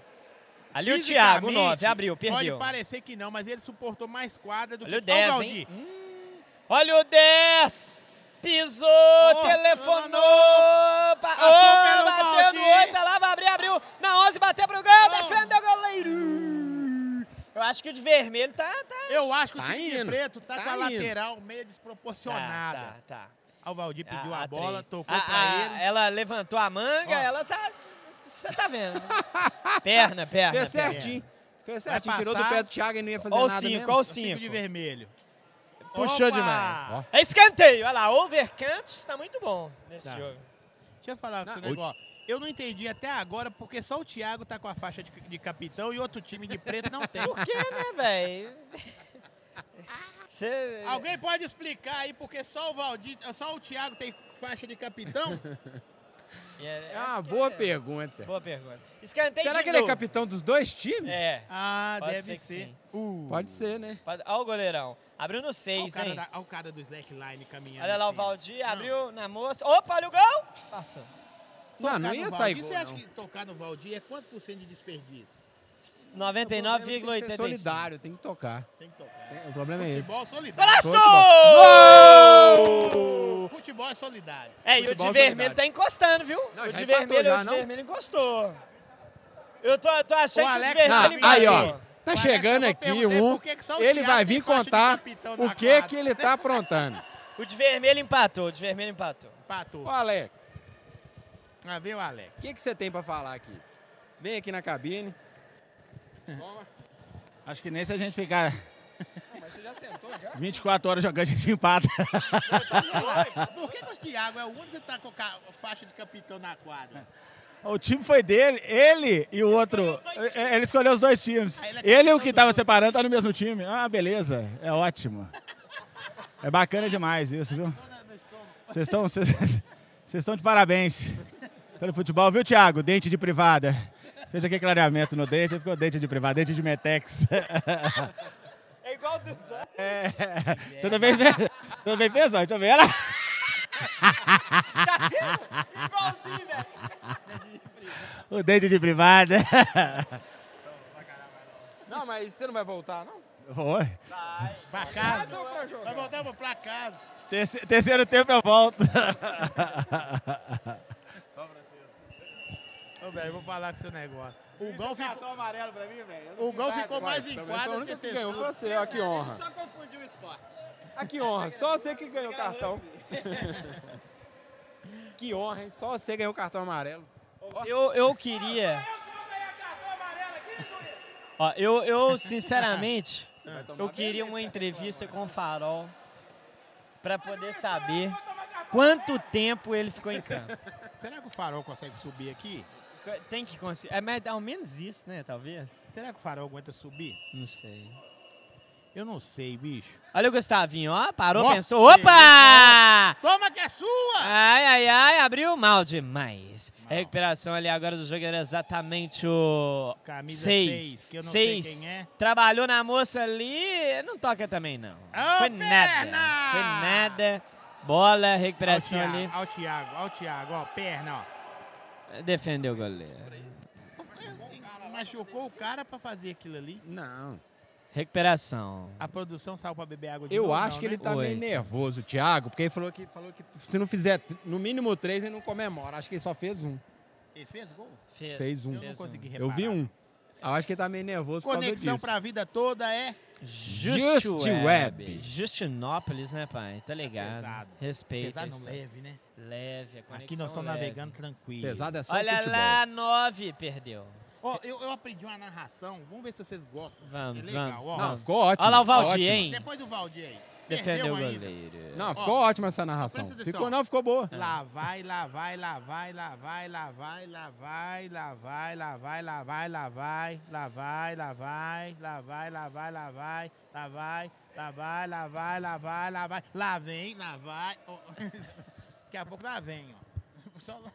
Ali o Thiago, o 9, Fisicamente, abriu, perdeu. Pode parecer que não, mas ele suportou mais quadra do Olha o que Ó, 10, Valdir. hein? Hum, olha o 10! Pisou, telefonou, pa- Oh, Passou oh, pelo bateu no Valdir. 8, lá vai abrir, abriu na 11, bateu pro gol, defendeu o goleiro. Eu acho que o de vermelho tá... tá Eu acho que Tá o time de indo, preto tá, tá com a indo. lateral meio desproporcionada. Tá, tá, tá. Ó, O Valdir pediu a, bola, três. tocou A- pra a- ele. ah, Ela levantou a manga, Ó. ela tá... Você tá vendo. perna, perna. Fez perna. certinho. Fez Vai certinho. Tirou do passar. pé do Thiago e não ia fazer Ó o nada cinco, mesmo. ó o cinco. de vermelho. tá. Puxou Opa! demais. É escanteio, olha lá, overcant está muito bom nesse Tá. jogo. Deixa eu falar com Não, esse o- negócio. Eu não entendi até agora porque só o Thiago tá com a faixa de, de capitão e outro time de preto não tem. Por quê, né, velho? Cê- Alguém pode explicar aí porque só o Valdir, só o Thiago tem faixa de capitão? É, É uma boa pergunta. Boa pergunta. Escanteio Será de que ele é novo. capitão dos dois times? É. Ah, Pode deve ser que ser. sim. Pode ser, né? Pode- Olha o goleirão. Abriu no Olha o 6, cara, hein? da, olha o cara do slackline caminhando. Olha lá o assim. Valdir, abriu na moça. Opa, olha o gol! Passou. Não, não Tocar ia no sair Valdir, gol, Você acha não. que tocar no Valdir é quanto por cento de desperdício? Tem que ser 99,85. é solidário, tem que tocar. Tem que tocar. O problema é Futebol Golaço! solidário. Gol! Futebol é solidário. É, e o de Futebol vermelho solidário. tá encostando, viu? Não, o já de empatou vermelho, já, o de não? vermelho encostou. Eu tô, eu tô achando O que o de Alex Não, vermelho aí, ó. empatou. Tá chegando aqui um. Ele vai vir contar o que que ele tá aprontando. O de vermelho empatou, o de vermelho empatou. Empatou. Ô, Alex, Ah, vem o Alex. o que que você tem pra falar aqui? Vem aqui na cabine. Acho que nem se a gente ficar Mas você já sentou já? 24 horas jogando, a gente empata. Por que, que o Thiago é o único que tá com ca- faixa de capitão na quadra? O time foi dele, ele e o outro. é, Ele escolheu os dois times. Ele e o que tava separando tá no mesmo time. Ah, beleza. É ótimo. É bacana demais isso, viu? Vocês estão vocês, vocês estão de parabéns pelo futebol, viu, Thiago? Dente de privada. Fez aquele clareamento no dente, aí ficou dente de privada, dente de metex. É igual do Zé. É, Você também fez? Também fez, ó, deixa eu ver. Olha lá. Tá vendo? Igualzinho, né? velho. O dente de né? privada. Não, mas você não vai voltar, não? Foi. Pra casa casa. ou pra jogar? Vai voltar pra- pra casa. Terce- Terceiro tempo eu volto. Ô, velho, eu vou falar com o seu negócio. tá O Gão ficou... amarelo pra mim, velho. O Gão ficou Vai, mais pelo em menos quadra foi a do que única que vocês. ganhou foi você, ó, que honra. Só confundiu o esporte. Ah, que honra. Só você que ganhou o cartão. que honra, hein? Só você ganhou o cartão amarelo. Eu, eu queria. Ó, eu, eu sinceramente, vai tomar eu queria uma entrevista com o Farol pra poder saber quanto tempo ele ficou em campo. Será que o Farol consegue subir aqui? Tem que é conseguir. É, mas ao menos isso, né? Talvez. Será que o Farol aguenta subir? Não sei. Eu não sei, bicho. Olha o Gustavinho, ó, parou, Ó, pensou. Opa! Toma que é sua! Ai, ai, ai, abriu mal demais. Recuperação ali agora do jogo era exatamente o. Camisa seis, que eu não sei quem é. Trabalhou na moça ali, não toca também não. Foi nada. Foi nada. Bola, recuperação Olha o Thiago, Olha ali. o Thiago, olha o Thiago, ó, perna, ó. Defendeu o goleiro. Machucou o cara pra fazer aquilo ali? Não. Recuperação. A produção saiu pra beber água de Eu novo, acho não, que né? ele tá meio nervoso, o Thiago, porque ele falou que, falou que se não fizer t- no mínimo três, ele não comemora. Acho que ele só fez um. Ele fez gol? Fez, fez um. Eu não consegui Eu reparar. vi um. Eu acho que ele tá meio nervoso Conexão por causa pra vida toda é... Just, Just Web. Web. Justinópolis, né, pai? Tá ligado. pesado. Respeito. Pesado não, isso. leve, né? Leve, a Aqui nós conexão estamos leve. navegando tranquilo. Pesado é só Olha futebol. lá, 9 perdeu. Ó, eu, eu aprendi uma narração, vamos ver se vocês gostam. Vamos, é legal, vamos, ó. vamos. Não, ficou ótimo, Olha lá o ficou Valdir, ótimo. hein? Depois do Valdir aí. Defendeu Perdeu o ainda. goleiro. Ah. disso. Não, ficou ótima essa narração. Presta atenção. Ficou, não, ficou boa. Lá vai, lá vai, lá vai, lá vai, lá vai, lá vai, lá vai, lá vai, lá vai, lá vai, lá vai, lá vai, lá vai, lá vai, lá vai, lá vai, lá vai, lá vai, lá vai, lá vai, lá vem, lá vai. ó. Daqui a pouco lá vem, ó. Só lá,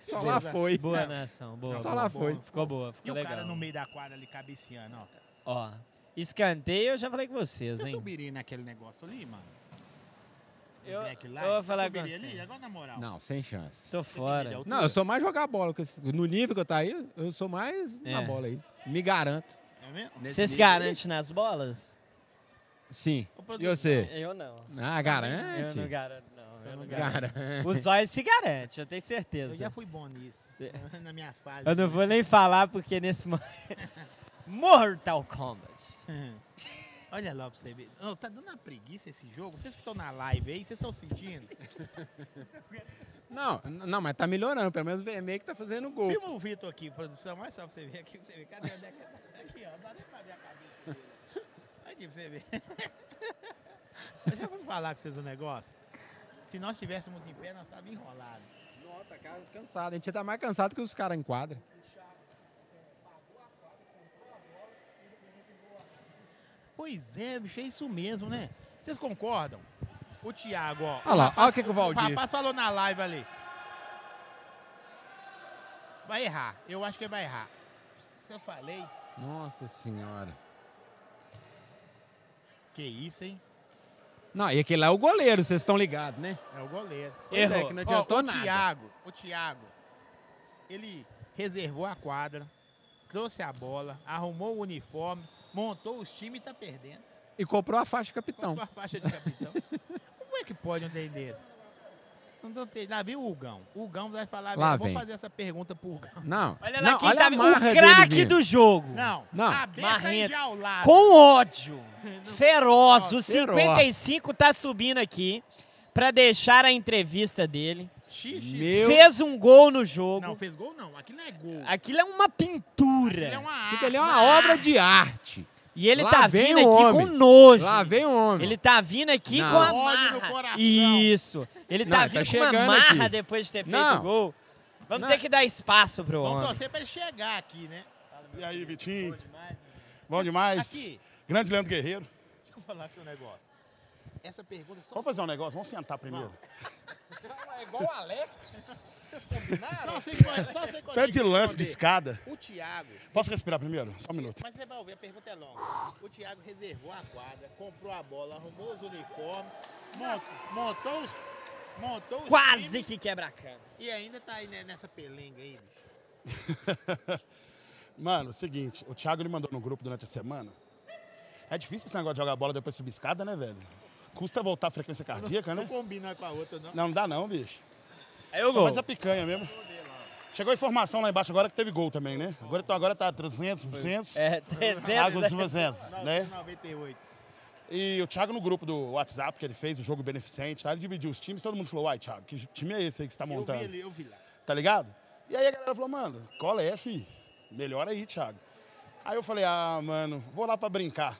Só lá foi. Boa É. nação, boa. Só boa, lá boa. foi. Ficou boa, E ficou o legal. cara no meio da quadra ali cabeceando, ó. Ó, escanteio, eu já falei com vocês, Você hein? subiria naquele negócio ali, mano? Eu- Slackline? eu vou falar com subiria você. ali? Agora na moral. Não, sem chance. Tô fora. Não, eu sou mais jogar bola. que esse- No nível que eu tá aí, eu sou mais na É. bola aí. Me garanto. É mesmo? Você se garante nas bolas? Sim. E produtor. você? Eu não. Ah, garante? Eu não garanto, não. Eu não garanto. Garante. O Zóio se garante, eu tenho certeza. É. Eu já fui bom nisso. Na minha fase. Eu não vou nem falar porque nesse momento. Mortal Kombat. Hum. Olha lá pra você ver. Ô, tá dando uma preguiça esse jogo? Vocês que estão na live aí, vocês estão sentindo? Não, n- não, mas tá melhorando. Pelo menos o VMA que tá fazendo gol. Filma o Vitor aqui, produção. Olha só pra você ver aqui, pra você ver. Cadê? Onde é que tá? Aqui, ó. Não dá nem pra ver a cabeça dele. Aqui pra você ver. Deixa eu falar com vocês um negócio. Se nós estivéssemos em pé, nós estávamos enrolados. Nota, cara, cansado. A gente tá mais cansado que os caras em quadra. Pois é, bicho, é isso mesmo, né? Vocês concordam? O Thiago, ó. Olha lá, rapaz- olha o que que o Valdir- rapaz falou na live ali. Vai errar. Eu acho que ele vai errar. Eu falei. Nossa senhora. Que isso, hein? Não, e aquele lá é o goleiro, vocês estão ligados, né? É o goleiro. Pois Errou. é, que não adiantou Ó, o nada. Thiago, o Thiago, ele reservou a quadra, trouxe a bola, arrumou o uniforme, montou os times e tá perdendo. E comprou a faixa de capitão. Comprou a faixa de capitão. Como é que pode um trem desse? Não deu tempo. Lá vem o Hugão. O Hugão vai falar, Lá eu vou vem. fazer essa pergunta pro Hugão. Não. Olha lá não, quem olha tá a o marra dele craque vindo. do jogo. Não, Não. a besta Marrento. enjaulada. Com ódio. Feroz. Ó, O feroz. 55 tá subindo aqui pra deixar a entrevista dele. Xixi. Fez um gol no jogo. Não, fez gol não. Aquilo não é gol. Aquilo é uma pintura. Aquilo é uma Porque ele é uma obra de arte. E ele Lá tá vem vindo o aqui homem. com nojo. Lá vem o homem. Ele tá vindo aqui Não. com a Ódio no marra. coração. Isso. Ele Não, tá ele tá vindo com uma chegando marra aqui. depois de ter feito Não. o gol. Vamos Não. ter que dar espaço pro Vamos homem. torcer pra ele chegar aqui, né? E aí, Vitinho? Bom demais. Aqui. Grande Leandro Guerreiro. Deixa eu falar com o seu negócio. Essa pergunta é só... Vamos fazer um negócio, vamos sentar primeiro. Não, é igual o Alex. Vocês combinaram? Só você, só você Tanto Tá de lance de escada. O Thiago... Posso respirar primeiro? Só um minuto. Mas você vai ouvir, a pergunta é longa. O Thiago reservou a quadra, comprou a bola, arrumou os uniformes, mon- montou os... Montou os Quase times que quebra a cama. E ainda tá aí né, nessa pelenga aí, bicho. Mano, seguinte, o Thiago ele mandou no grupo durante a semana. É difícil esse negócio de jogar bola depois subir escada, né, velho? Custa voltar a frequência cardíaca, não, né? Não combina com a outra, não. Não, não dá não, bicho. Aí É, eu Só gol. mais a picanha mesmo. Chegou informação lá embaixo agora que teve gol também, né? Agora, então, agora tá 300, 200. É, 300, Água né? 300, né? 98. E o Thiago no grupo do WhatsApp que ele fez, o jogo beneficente, tá? ele dividiu os times, todo mundo falou, uai, Thiago, que time é esse aí que você tá Eu vi montando? ali, eu vi lá. Tá ligado? E aí a galera falou, mano, cola é, fi. Melhora aí, Thiago. Aí eu falei, ah, mano, vou lá pra brincar.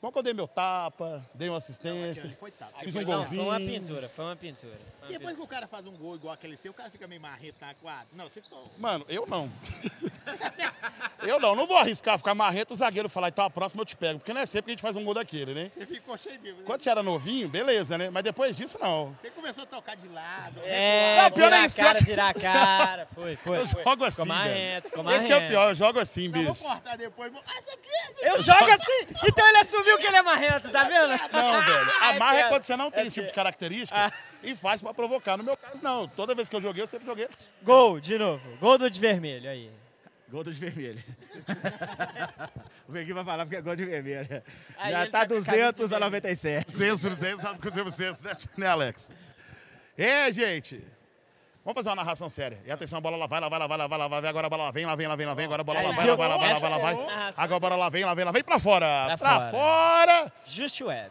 Bom que eu dei meu tapa, dei uma assistência. Foi tapa. Fiz um Não, golzinho. Foi uma pintura, foi uma pintura. Foi uma Depois que o cara faz um gol igual aquele seu, o cara fica meio marreta na quadra. Não, você ficou... Mano, eu não. Eu não, não vou arriscar ficar marrento o zagueiro falar, então a próxima eu te pego, porque não é sempre que a gente faz um gol daquele, né? Você ficou cheio de... Você Quando você era novinho, beleza, né? Mas depois disso, não. começou a tocar de lado. É, recuar. virar a pior cara, que- virar a cara. Foi, foi. Eu foi. jogo assim, Ficou marrento, velho. ficou Esse que é o marrento. pior, eu jogo assim, Não, vou bicho. cortar depois. Vou- Ah, essa aqui, essa Eu aqui. jogo assim! Então ele assumiu que ele é marrento, tá vendo? Não, velho. A marra é piada. quando você não tem esse tipo de Ah. característica e faz pra provocar. No meu caso, não. Toda vez que eu joguei, eu sempre joguei. assim. Gol, de novo. Gol do de vermelho, aí. Gol do de vermelho. o Peguinho vai falar porque é gol de vermelho. Aí Já ele tá tá com a camisa 200 a 97. 200, 200, né? sabe o que vocês, né, né, Alex? É, gente. Vamos fazer uma narração séria. E atenção, a bola lá vai, lá vai, lá vai, lá vai, lá vai. Agora a bola lá vem, lá vem, lá vem, lá vem. Agora a bola lá vai, lá vai, lá vai, lá vai, lá vai. Agora a bola lá vem, lá vem, lá vem. Pra fora. Pra Pra fora. fora. Just Web.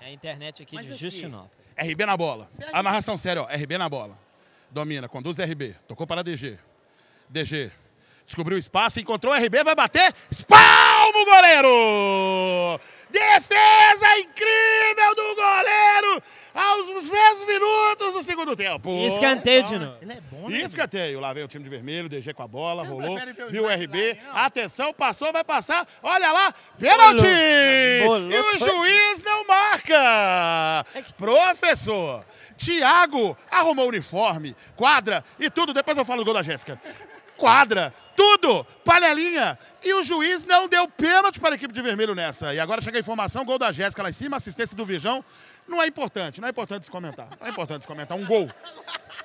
É a internet aqui de Justinópolis. RB na bola. A narração séria, ó. RB na bola. Domina, conduz RB. Tocou para DG. DG. Descobriu o espaço, encontrou o RB, vai bater. Espalmo, goleiro! Defesa incrível do goleiro aos seis minutos do segundo tempo. Escanteio de novo. Ele é bom, E Escanteio. Lá vem o time de vermelho, DG com a bola, rolou. prefere ver o Viu o slide RB. Atenção, passou, vai passar. Olha lá, pênalti! Bolou. E o juiz não marca! É Professor, Thiago arrumou o uniforme, quadra e tudo. Depois eu falo do gol da Jéssica. Quadra, tudo, panelinha. E o juiz não deu pênalti para a equipe de vermelho nessa. E agora chega a informação, gol da Jéssica lá em cima, assistência do Virgão. Não é importante, não é importante se comentar. Não é importante se comentar um gol.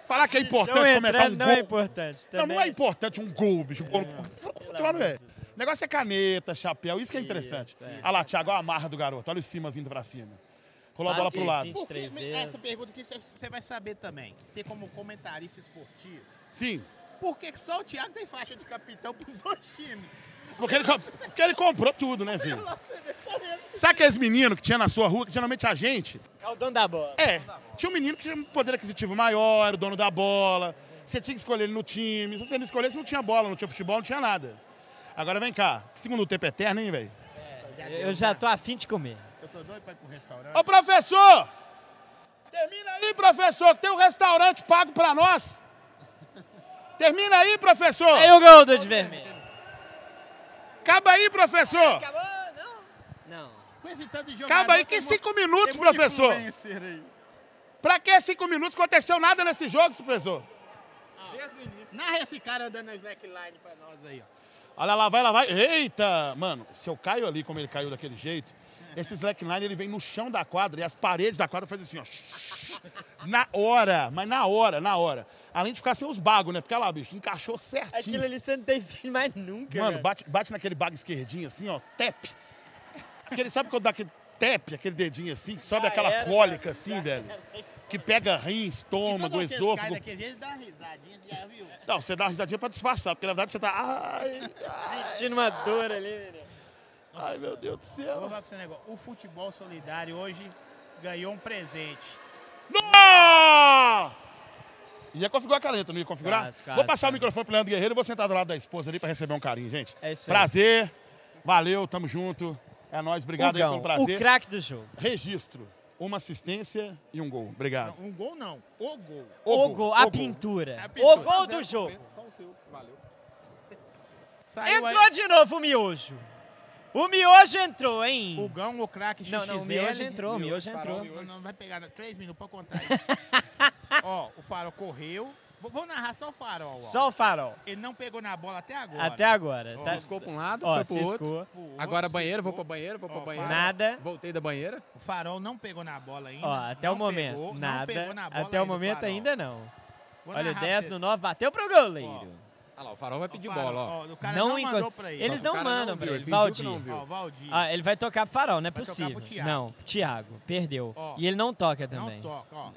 Falar que é importante Não comentar um entrando, não gol. é importante. Não, não Também- É. é importante um gol, bicho. Um gol. Continuar no velho. O negócio é caneta, chapéu, isso que é interessante. Olha lá, Thiago, olha a marra do garoto. Olha os cimas indo pra cima. Rolou a bola pro lado. Por que- essa pergunta aqui você- você vai saber também. Você como comentarista esportivo, Sim. por que que só o Thiago tem faixa de capitão pros dois times? Porque ele, co- porque ele comprou tudo, né, filho? Olha lá pra você ver, só ele. Sabe aqueles meninos que tinha na sua rua, que geralmente a gente. É o dono da bola. É. Tinha um menino que tinha um poder aquisitivo maior, era o dono da bola. Você tinha que escolher ele no time. Se você não escolhesse, não tinha bola, não tinha futebol, não tinha nada. Agora vem cá. Que segundo tempo é eterno, hein, velho? É, Eu já tô afim de comer. Eu tô doido pra ir pro restaurante. Ô, professor! Termina aí, professor, que tem um restaurante pago pra nós. Termina aí, professor. Aí o gol do de vermelho. Acaba aí, professor. Com esse tanto de jogador, Acaba aí que tem cinco muito- minutos, tem muito professor. influencer aí. Pra que cinco minutos? Aconteceu nada nesse jogo, professor. Ah, Desde o início. Narra esse cara andando na slackline pra nós aí, ó. Olha lá, vai lá, vai. Eita! Mano, se eu caio ali como ele caiu daquele jeito, esse slackline ele vem no chão da quadra e as paredes da quadra fazem assim, ó. Na hora, mas na hora, na hora. Além de ficar sem os bagos, né? Porque olha lá, bicho, encaixou certinho. Aquilo ali você não tem fim mais nunca. Mano, velho. bate, bate naquele bago esquerdinho assim, ó, tap. Aquele, sabe quando dá aquele tap, aquele dedinho assim, que sobe Já Ah, é, aquela era, cólica assim, velho? Que pega rim, estômago, Toda vez que eles caem esôfago. daquele jeito, dá uma risadinha, você já é um viu? Não, você dá uma risadinha pra disfarçar, porque na verdade você tá. Ai, Sentindo uma dor ali, né? Ai, meu Deus do céu. Eu Vou falar com esse negócio. O futebol solidário hoje ganhou um presente. Não! Ah! Ia configurar a caneta, não ia configurar? Quase, quase, vou passar o microfone pro Leandro Guerreiro e vou sentar do lado da esposa ali pra receber um carinho, gente. É isso aí. Prazer, valeu, tamo junto. É nóis, obrigado aí Hugão, pelo prazer. o craque do jogo. Registro, uma assistência e um gol. Obrigado. Um gol não, o gol. O gol, a pintura. O gol do jogo. Só o seu, valeu. entrou de novo o miojo. O miojo entrou, hein? O Gão, o craque, Não, não, o miojo entrou, o miojo Farol, entrou. Não, não, vai pegar três minutos pra contar aí. ó, o Farol correu. Vou, vou narrar só o Farol, ó. Só o farol. Ele não pegou na bola até agora. Até agora. Ó, Tá- ciscou pra um lado, Ó, foi né? pro ciscou. outro. Agora banheiro, vou pra banheiro, vou pra banheiro. Nada. Voltei da banheira. O Farol não pegou na bola ainda. Ó, até não o momento. pegou, não nada. pegou na bola até o ainda, momento Farol. ainda não. Vou Olha o narrar 10 pra do 9, bateu pro goleiro. Olha lá, o farol vai pedir O Farol, bola, ó. ó, o cara não enco- mandou pra ele. Mas Eles o não cara não mandam viu, pra ele ele. fingiu que Valdir. não viu. Ó, Valdir. Ah, ele vai tocar pro farol, não é Vai tocar possível. pro Thiago. Não, Thiago, perdeu. Ó, e ele não toca Não também. toca, ó.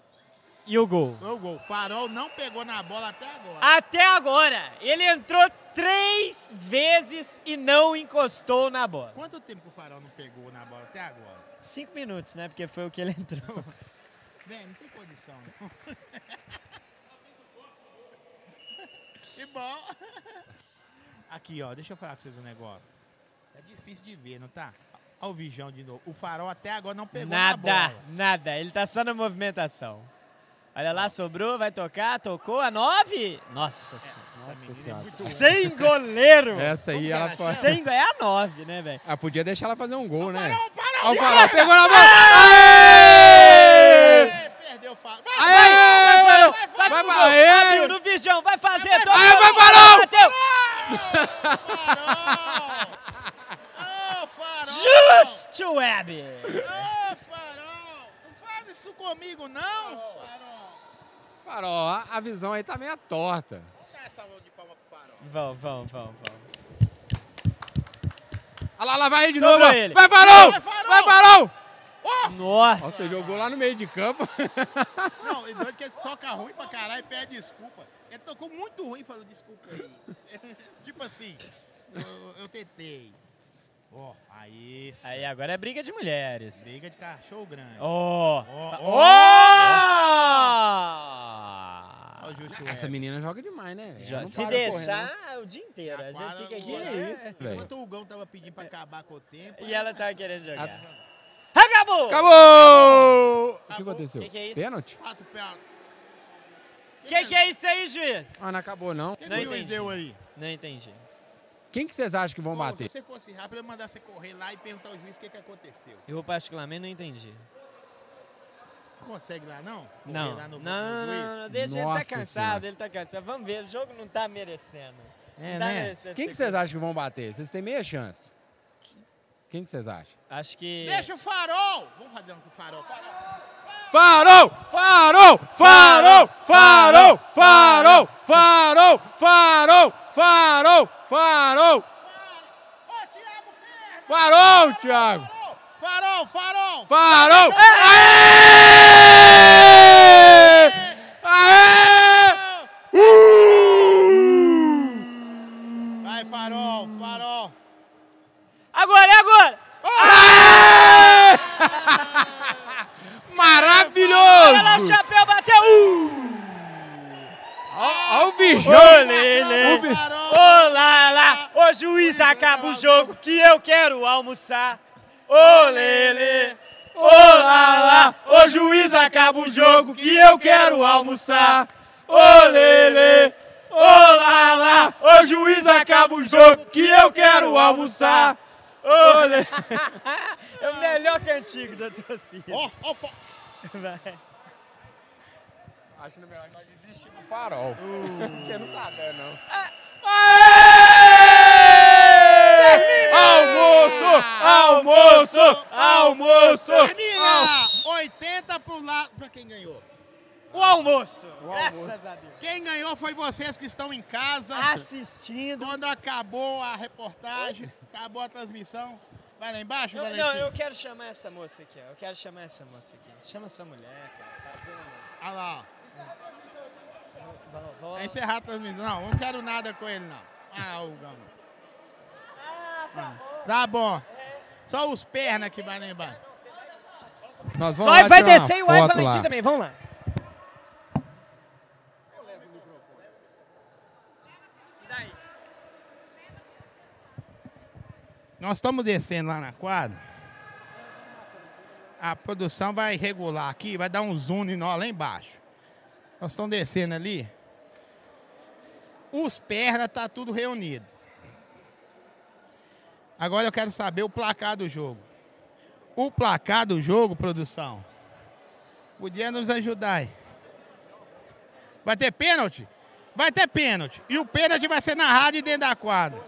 E o gol? Foi o gol. Farol não pegou na bola até agora. Até agora, ele entrou três vezes e não encostou na bola. Quanto tempo que o Farol não pegou na bola até agora? Cinco minutos, né? Porque foi o que ele entrou. Bem, não tem condição, não. que bom. Aqui, ó, deixa eu falar com vocês um negócio. É difícil de ver, não tá? Olha o Vijão de novo. O Farol até agora não pegou na nada, bola. nada. Ele tá só na movimentação. Olha lá, sobrou, vai tocar, tocou a nove. É, Nossa, senhora. Nossa senhora. Sem goleiro. Essa aí ela pode. Sem go- é a nove, né, velho? Ah, podia deixar ela fazer um gol, né? Alvarão, Alvarão, Alvarão. segura a bola. Aê! Aê! Perdeu o Fábio. Vai, vai, Farol, vai, Vai, Farol. Farol. Abriu no Virgão, vai fazer. Vai, vai, Farol. Bateu. Just Web. Ô, Farol! Não faz isso comigo, não, Farol! Farol, a a visão aí tá meio torta. Dá essa mão de palma pro Farol. Vão, vão, vão, vão. Olha lá, lá vai ele de Sobrou novo. ó. ele. Vai, Farol! Vai, Vai, Farol! Nossa! Você jogou lá no meio de campo. Não, e doido que ele toca ruim pra caralho e pede desculpa. Ele tocou muito ruim e falou desculpa aí. tipo assim, eu, eu tentei. Ó, aí. sim. Aí agora é briga de mulheres. Briga de cachorro grande. Ó! Ó, Ó! Ó, o Justo Essa Web. menina joga demais, né? Já- Ela não Se para deixar correndo. o dia inteiro. A gente Quadra- fica aqui. Que né? isso, velho. Enquanto o Hugão tava pedindo pra acabar com o tempo. E ela tava querendo jogar. Tá. Acabou! Acabou! O que aconteceu? Que que é isso? Pênalti? Quatro pênaltis. Que que é isso aí, juiz? Ah, não acabou, não. Que que o juiz deu aí? Não entendi. Quem que vocês acham que vão Pô, bater? Se você fosse rápido, eu ia mandar você correr lá e perguntar ao juiz o que, que aconteceu. Eu particularmente não entendi. Consegue né? lá, não? Correr Não, lá não, no- não, no juiz? não, não, deixa ele Nossa tá cansado, Senhora. ele tá cansado. Vamos ver, o jogo não tá merecendo. É, Não tá né? merecendo Quem que isso vocês aqui. acham que vão bater? Vocês têm meia chance. Quem que vocês acham? Acho que. Deixa o farol! Vamos fazer um com o farol. farol. Farol! Farol! Farol! Farol! Farol! Farol! Farol! Farol! Farol! Farol, Thiago! Farol, farol! Farol! Vai, farol, farol! Agora, é agora! Maravilhoso! Olha lá, o chapéu bateu! Uh! Olha o Virgão! Olê, O Vi- né? Olá, lá! O juiz acaba o jogo que eu quero almoçar! Olê, lê! Olá, lá! O juiz acaba o jogo que eu quero almoçar! Olê, lê! Olá, lá! O juiz acaba o jogo que eu quero almoçar! Olê! É o melhor cantigo da torcida. Ó, ó, fa- Vai. Acho que melhor nós desistir do farol. Você não tá dando, não. É. Almoço! Almoço! Almoço! Termina! 80 pro lado. Pra quem ganhou? O almoço! Um almoço. Graças a Deus! Quem ganhou foi vocês que estão em casa. Assistindo. Quando acabou a reportagem, acabou a transmissão. Vai lá embaixo, Eu, Valentim? não, eu quero chamar essa moça aqui, ó. Eu quero chamar essa moça aqui. Chama sua mulher, cara. Fazer um... Olha lá, Vou- vou- ó. É encerrar a transmissão. Não, não quero nada com ele, não. Ah, o Gama. Ah, tá bom. Só os pernas que vai lá embaixo. Nós Só lá vai tirar uma descer e o Ai foto Valentim lá. também, vamos lá. Nós estamos descendo lá na quadra. A produção vai regular aqui, vai dar um zoom em nós lá embaixo. Nós estamos descendo ali. Os pernas tá tudo reunido. Agora eu quero saber o placar do jogo. O placar do jogo, produção. Podia nos ajudar aí. Vai ter pênalti? Vai ter pênalti. E o pênalti vai ser narrado de dentro da quadra.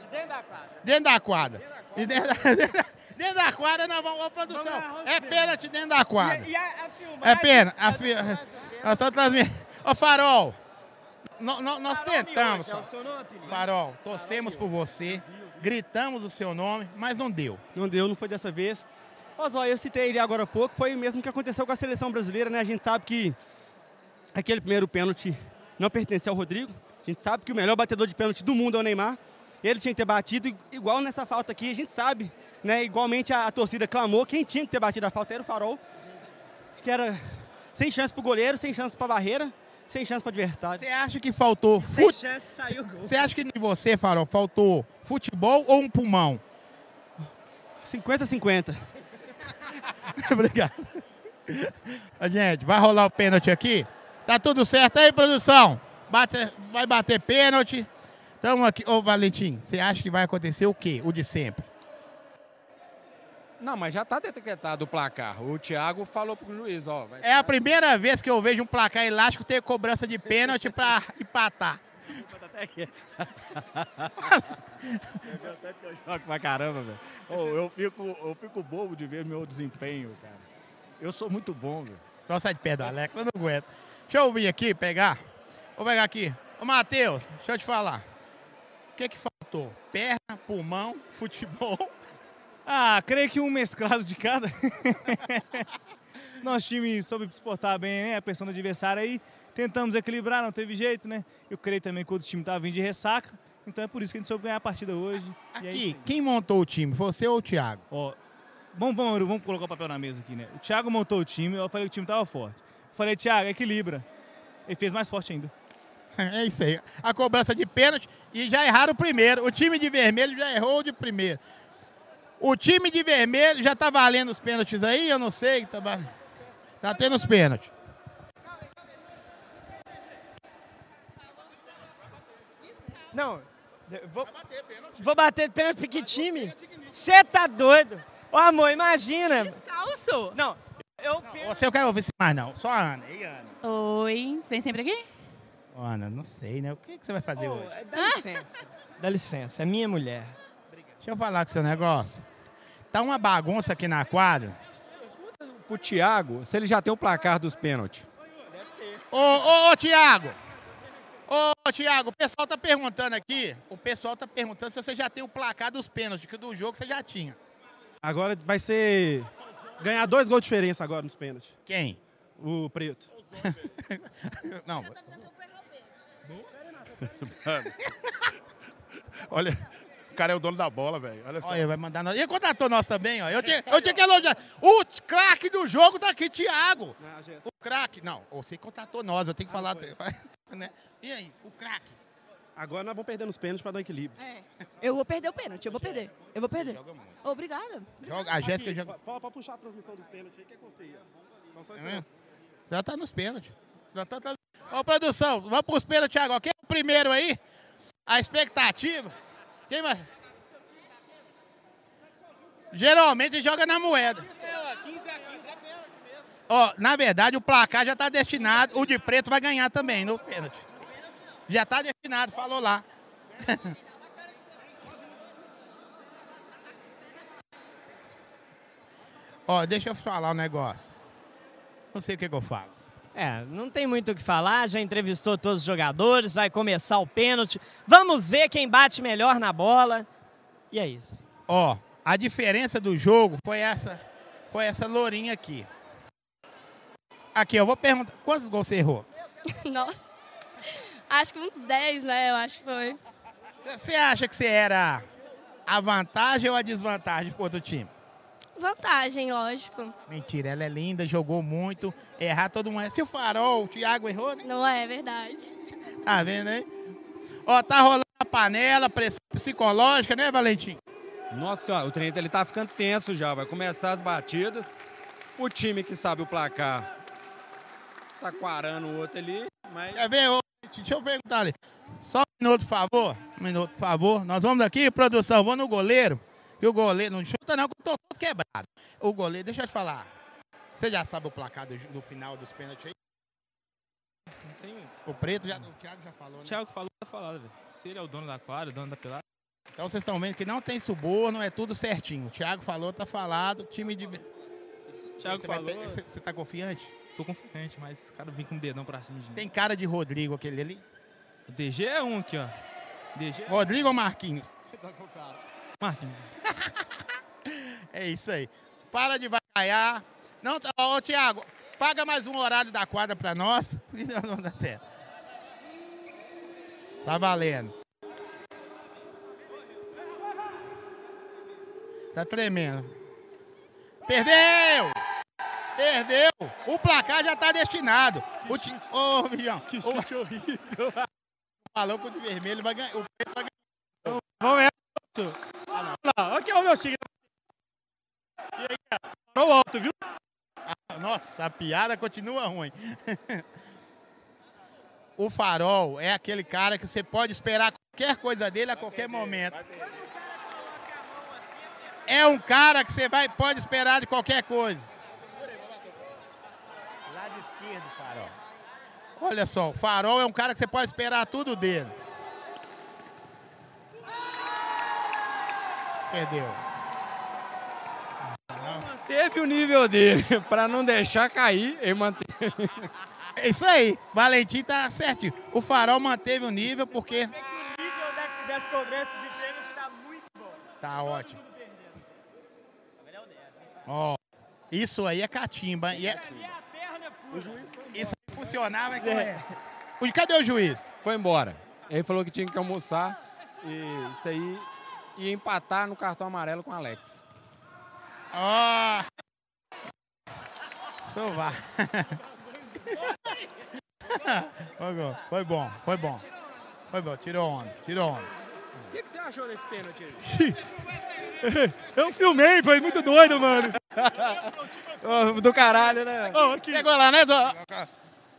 Dentro da quadra. Dentro da quadra. E Dentro da quadra. Dentro da, dentro da quadra nós vamos. Ô, produção, é pênalti dentro da quadra. E, e a, a filmagem... É pena. A fi... um Nós estamos transmitindo. Ô, Farol, nó- nó- nós tentamos. É o seu nome, apelido? Farol, torcemos por você, gritamos o seu nome, mas não deu. Não deu, não foi dessa vez. Mas olha, eu citei ele agora há pouco, foi o mesmo que aconteceu com a seleção brasileira, né? A gente sabe que aquele primeiro pênalti não pertencia ao Rodrigo. A gente sabe que o melhor batedor de pênalti do mundo é o Neymar. Ele tinha que ter batido, i- igual nessa falta aqui, a gente sabe, né? Igualmente a, a torcida clamou, quem tinha que ter batido a falta era o Farol, que era sem chance pro goleiro, sem chance pra barreira, sem chance pra adversário. Você acha que faltou Sem futebol? chance, saiu o gol. Você acha que de você, Farol, faltou futebol ou um pulmão? 50-50. Obrigado. Ô, Gente, vai rolar o pênalti aqui. Tá tudo certo aí, produção? Bate- vai bater pênalti. Tamo aqui. Ô, Valentim, você acha que vai acontecer o quê? O de sempre. Não, mas já tá detectado o placar. O Thiago falou pro juiz, ó. vai- É a primeira vez que eu vejo um placar elástico ter cobrança de pênalti pra empatar. Até aqui. Entendeu? Tanto que eu jogo pra caramba, velho. Ô, eu, fico, eu fico bobo de ver meu desempenho, cara. Eu sou muito bom, velho. Nossa, sai de perto do Alex, eu não aguento. Deixa eu vir aqui pegar. Vou pegar aqui. Ô, Matheus, deixa eu te falar. O que que faltou? Perna, pulmão, futebol. Ah, creio que um mesclado de cada. Nosso time soube se portar bem, né? A pressão do adversário aí. Tentamos equilibrar, não teve jeito, né? Eu creio também que o outro time tava vindo de ressaca. Então é por isso que a gente soube ganhar a partida hoje. E é Aqui, quem montou o time? Você ou o Thiago? Ó, vamos, vamos, Aru, vamos colocar o papel na mesa aqui, né? O Thiago montou o time, eu falei que o time tava forte. Eu falei, Thiago, equilibra. Ele fez mais forte ainda. É isso aí. A cobrança de pênalti e já erraram o primeiro. O time de vermelho já errou o de primeiro. O time de vermelho já tá valendo os pênaltis aí? Eu não sei. Tá, va- tá tendo os pênaltis. Não. eu Vou, vou bater pênalti pra que é time? Você tá doido? Ô, amor, imagina. Descalço? Não. Eu, Você é eu quero ouvir isso mais não. Só a Ana. E a Ana? Oi, você vem sempre aqui? Ô, Ana, não sei, né? O que, que você vai fazer hoje? Dá licença. Ah! Dá licença, é minha mulher. Deixa eu falar com seu negócio. Tá uma bagunça aqui na quadra. Pro Thiago, se ele já tem o placar dos pênaltis. Ô, ô, ô, Tiago! Ô, ô, Tiago, o pessoal tá perguntando aqui. O pessoal tá perguntando se você já tem o placar dos pênaltis, que do jogo você já tinha. Agora vai ser. Ganhar dois gols de diferença agora nos pênaltis. Quem? O preto. Não. Mano. Olha, o cara é o dono da bola, velho. Olha só. Olha, vai mandar nós. E contratou nós também, ó. Eu tinha, eu tinha que elogiar. O craque do jogo tá aqui, Thiago. é O craque. Não, você contratou nós, eu tenho que falar. Ah, né? E aí, o craque? Agora nós vamos perder nos pênaltis pra dar um equilíbrio. É. Eu vou perder o pênalti, eu vou perder. Eu vou perder. Obrigada. Joga- a Jéssica joga- Pode, pode puxar a transmissão dos pênaltis aí, que é conselho. Não só É. Já tá nos pênaltis. Já tá, tá... Ô, produção, vamos pros pênaltis agora. Quem é o primeiro aí? A expectativa. Quem mais? Geralmente joga na moeda. 15 a 15 é pênalti mesmo. Ó, na verdade, o placar já tá destinado. O de preto vai ganhar também no pênalti. Já tá destinado, falou lá. Ó, deixa eu falar um negócio. Não sei o que, que eu falo. É, não tem muito o que falar, já entrevistou todos os jogadores, vai começar o pênalti. Vamos ver quem bate melhor na bola. E é isso. Ó, a diferença do jogo foi essa, foi essa lourinha aqui. Aqui, eu vou perguntar, quantos gols você errou? Nossa. Acho que uns 10, né? Eu acho que foi. Você acha que você era a vantagem ou a desvantagem pro outro time? Vantagem, lógico. Mentira, ela é linda, jogou muito, errar todo mundo. Se o Farol, o Thiago errou, né? Não é verdade. Tá vendo, hein? Ó, tá rolando a panela, pressão psicológica, né, Valentim? Nossa senhora, o Trento ele tá ficando tenso já, vai começar as batidas. O time que sabe o placar tá quarando o outro ali, mas Quer ver? Ô, gente, Deixa eu perguntar ali. Só um minuto, por favor. Um minuto, por favor. Nós vamos daqui, produção. Vou no goleiro. E o goleiro. Não chuta, não, que eu tô todo quebrado. O goleiro, deixa eu te falar. Você já sabe o placar do, do final dos pênaltis aí? um- O preto já. O Thiago já falou, né? O Thiago falou, tá falado, velho. Se ele é o dono da quadra, o dono da pelada. Então vocês estão vendo que não tem suborno, é tudo certinho. O Thiago falou, tá falado. Time de. Thiago Você vai falou. pe- Você você tá confiante? Tô confiante, mas o cara vem com o dedão pra cima de mim. Tem cara de Rodrigo aquele ali? O DG é um aqui, ó. é DG. Rodrigo ou Marquinhos? Marquinhos. É isso aí. Para de vacaiar. Não, tá- ó, ô, Tiago, paga mais um horário da quadra pra nós. E não, não dá certo. Tá valendo. Tá tremendo. Perdeu! Perdeu! O placar já tá destinado. O ti... Ô, Mijão. Que chute horrível. Falou que o de vermelho vai ganhar. O preto vai ganhar. Vamos nessa. Ah, não. Aqui é o meu signo. E aí, Ah, cara? Parou alto, viu? Nossa, a piada continua ruim. o Farol é aquele cara que você pode esperar qualquer coisa dele a qualquer momento. É um cara que você vai, pode esperar de qualquer coisa. Lado esquerdo, farol. Olha só, o Farol é um cara que você pode esperar tudo dele. Perdeu. Teve o nível dele pra não deixar cair e manter. É isso aí. Valentim tá certinho. O Farol manteve o nível porque O nível da- das cobranças de prêmios está muito bom. tá ótimo. Ó, isso aí é catimba. hein? E é- Isso aí funcionava, hein, como é? E cadê o juiz? Foi embora. Ele falou que tinha que almoçar e isso aí ia empatar no cartão amarelo com o Alex. Ah! Sovar. foi bom, foi bom, foi bom. Foi bom, tirou onda, tirou onda. O que, que você achou desse pênalti aí? Eu filmei, foi muito doido, mano. Ô, do caralho, né? Chegou lá, né, Zó?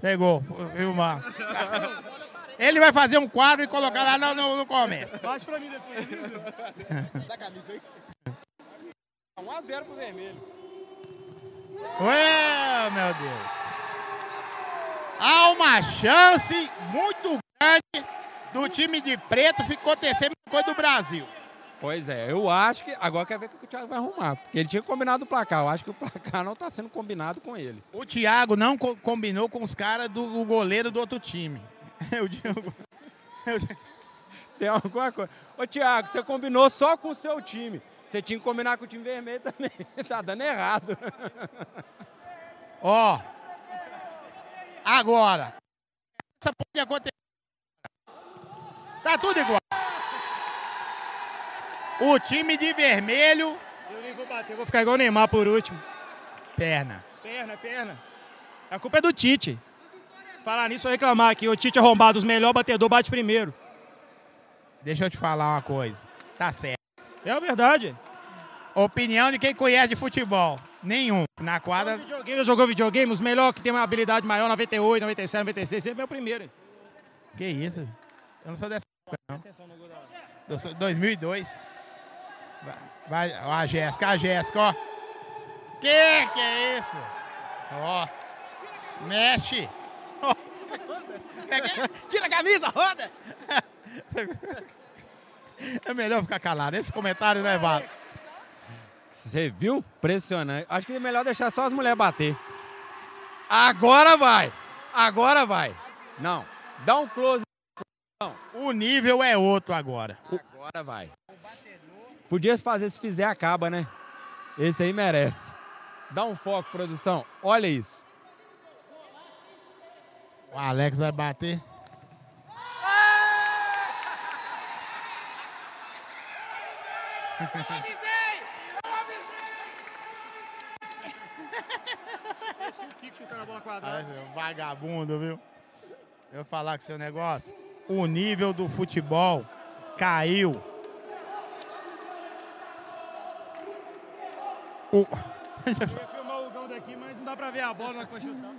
Pegou, viu, Mar? Ele vai fazer um quadro e colocar lá no, no, no comércio. Bate pra mim depois, viu? Dá camisa aí. 1x0 pro vermelho. Ué, meu Deus. Há uma chance muito grande do time de preto ficou terceiro coisa do Brasil. Pois é, eu acho que. Agora quer ver o que o Thiago vai arrumar. Porque ele tinha combinado o placar. Eu acho que o placar não tá sendo combinado com ele. O Thiago não co- combinou com os caras do o goleiro do outro time. Eu digo. Tem alguma coisa. Ô, Thiago, você combinou só com o seu time. Você tinha que combinar com o time vermelho também. Tá dando errado. Ó. Agora. Essa pode acontecer. Tá tudo igual. O time de vermelho. Eu nem vou bater, eu vou ficar igual o Neymar por último. Perna. Perna, perna. A culpa é do Tite. Falar nisso, eu reclamar aqui. O Tite arrombado, os melhores batedor bate primeiro. Deixa eu te falar uma coisa. Tá certo. É a verdade. Opinião de quem conhece de futebol. Nenhum. Na quadra. Videogame, já jogou videogame, os melhores que tem uma habilidade maior, 98, 97, 96, sempre é o primeiro. Que isso? Eu não sou dessa época, não. Eu sou 2002. Vai, vai, ó, a Jéssica, a Jéssica, ó. Que que é isso? Ó. Mexe. Ó. Tira a camisa, roda! É melhor ficar calado. Esse comentário não é válido. Você viu? Pressionante. Acho que é melhor deixar só as mulheres bater. Agora vai! Agora vai! Não. Dá um close. Não. O nível é outro agora. Agora vai. Podia fazer se fizer acaba, né? Esse aí merece. Dá um foco, produção. Olha isso. O Alex vai bater. Parece um kick chutando a bola Parece um vagabundo, viu? Eu vou falar com seu negócio. O nível do futebol caiu. O- Eu ia filmar o gol daqui, mas não dá pra ver a bola né, na coisa chutar.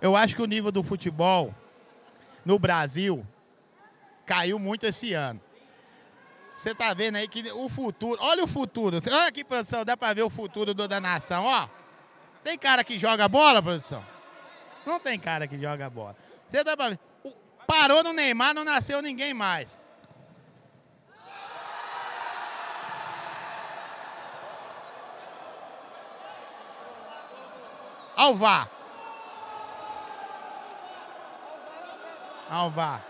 Eu acho que o nível do futebol no Brasil caiu muito esse ano. Você tá vendo aí que o futuro, olha o futuro. Cê- Olha aqui, produção, dá pra ver o futuro do- da nação, ó. Tem cara que joga bola, produção? Não tem cara que joga bola. Você dá pra ver. O- Parou no Neymar, não nasceu ninguém mais. Alvar. Alvar.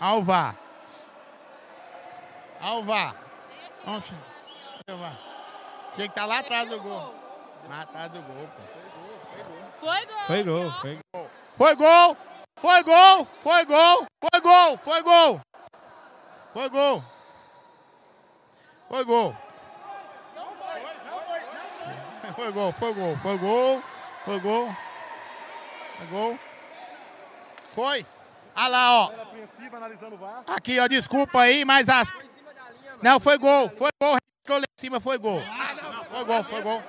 Alvar. Alvar. Vamos chamar. Alvar. Tinha que estar lá atrás do gol. Lá atrás do gol, pô. Foi gol. Foi gol, foi gol. Foi gol, foi gol, foi gol, foi gol, foi gol. Foi gol. Foi gol. Foi gol, foi gol, foi gol, foi gol. Foi gol. Foi. Olha lá, ó. Apreensiva, analisando o VAR. Aqui, ó, desculpa aí, mas as. Não, foi gol, foi gol, ficou lá em cima, foi gol. Foi gol, foi gol.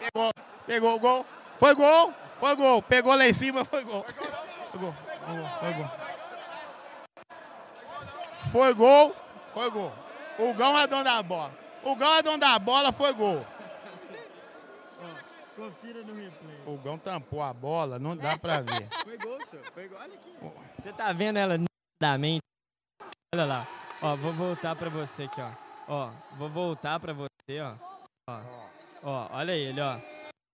Pegou, pegou o gol. Foi gol, foi gol. Pegou lá em cima, foi gol. Foi gol. Foi gol. Foi gol. Foi gol. O Gão é dono da bola. O Gão é dono da bola, foi gol. Confira no replay. O Gão tampou a bola, não dá pra ver. Foi gol, senhor. Foi gol. Olha aqui. Você tá vendo ela nitidamente? Olha lá. Ó, vou voltar pra você aqui, ó. Ó, vou voltar pra você, ó. Ó, ó olha ele, ó.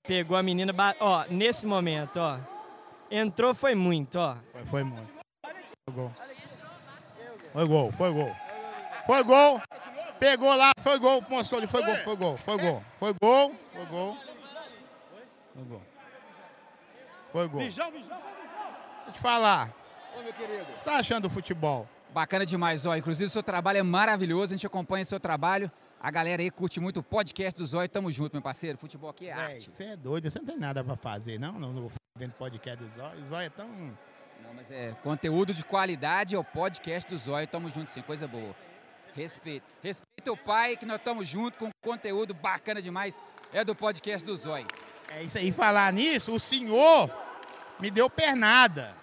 Pegou a menina, ba- ó, nesse momento, ó. Entrou, foi muito, ó. Foi, foi muito. Foi gol. Foi gol, foi gol. Foi gol. Pegou lá, foi gol. Mostrou ali, foi gol, foi gol, foi gol. Foi gol, foi gol. Foi gol. Foi gol. Deixa Mijão, mijão. eu te falar. Ô, meu querido. O que você tá achando do futebol? Bacana demais, ó. Inclusive, o seu trabalho é maravilhoso, a gente acompanha o seu trabalho. A galera aí curte muito o podcast do Zóio. Tamo junto, meu parceiro. Futebol aqui é Véi, arte. Você é doido, você não tem nada pra fazer, não? Não, não dentro do podcast do Zóio. O Zóio é tão... Não, mas é conteúdo de qualidade é o podcast do Zóio. Tamo junto, sim. Coisa boa. Respeito. Respeita o pai, que nós estamos junto com conteúdo bacana demais. É do podcast do Zóio. É isso aí, falar nisso, o senhor me deu pernada.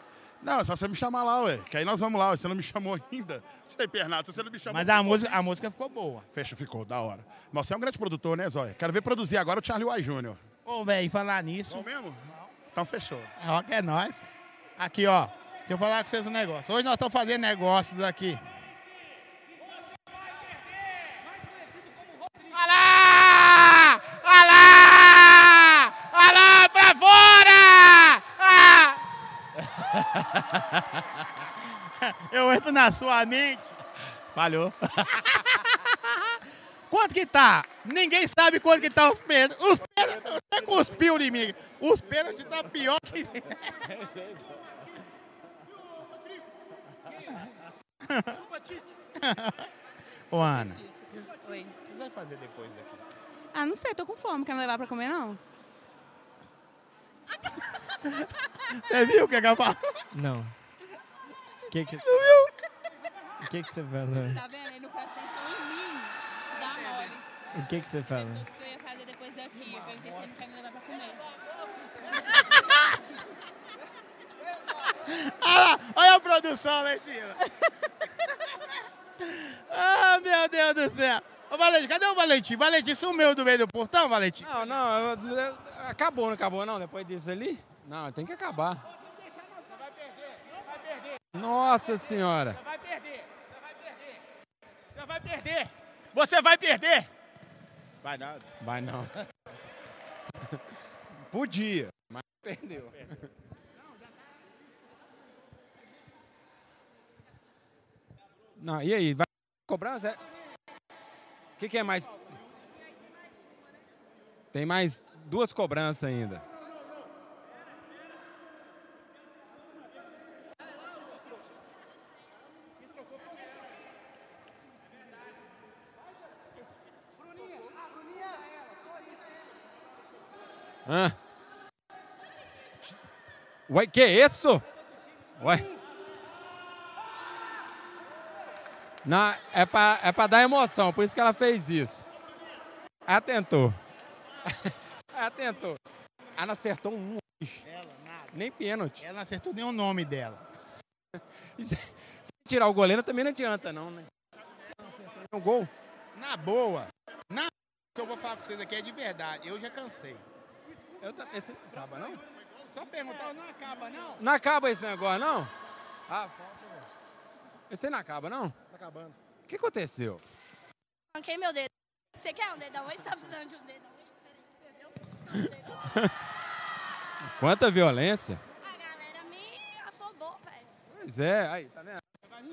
Não, é só você me chamar lá, ué. Que aí nós vamos lá, ué. Você não me chamou ainda. Você tem pernado, você não me chamou. Mas a música, a música ficou boa. Fecha, ficou, da hora. Nossa, você é um grande produtor, né, Zóia? Quero ver produzir agora o Charlie White Jr. Ô, velho, falar nisso. Não mesmo? Então fechou. É rock é nós. Aqui, ó. Deixa eu falar com vocês um negócio. Hoje nós estamos fazendo negócios aqui. Olha lá! Olha lá, pra fora! Ah! Eu entro na sua mente. Falhou. Quanto que tá? Ninguém sabe quanto que tá os pênaltis. Os pênaltis, você cuspiu de mim. Os pênaltis tá pior que... Ô, Ana, Oi. o que você vai fazer depois aqui? Ah, não sei, tô com fome. Quer me levar pra comer, não? Você É, viu o que ela falou? Não. Que que... O que, que você falou? Tá vendo? Ele não presta atenção em mim. Dá mole. O que, que você falou? O que eu ia fazer depois daqui? Eu perguntei se ele não quer me levar pra comer. Olha Ah lá, olha a produção lá em cima. Ah, meu Deus do céu. Ô, Valentim, cadê o Valentim? Valentim sumiu do meio do portão, Valentim? Não, não, acabou, não acabou não, depois disso ali? Não, tem que acabar. Nossa senhora. Você vai perder. Você vai perder. Você vai perder. Vai nada. Vai não. Podia, mas perdeu. Não, e aí, vai cobrança? O que, que é mais? Tem mais duas cobranças ainda. Hã? Ué, que isso? Ué. Não, é pra, é pra dar emoção, por isso que ela fez isso. Atentou. Atentou. Ah, Ela não acertou um longe. Nem pênalti. Ela não acertou nem o nome dela. Se tirar o goleiro também não adianta, não, né? Um gol. Na boa. Na o que eu vou falar pra vocês aqui é de verdade. Eu já cansei. Eu tá, esse acaba, não? Só perguntar, não acaba, não? Não acaba esse negócio, não? Ah, falta. Esse aí não acaba, não? Tá acabando. O que aconteceu? Manquei meu dedo. Você quer um dedão? Você tá precisando de um dedão? Quanta violência. Me afobou, velho. Pois é, aí, tá vendo?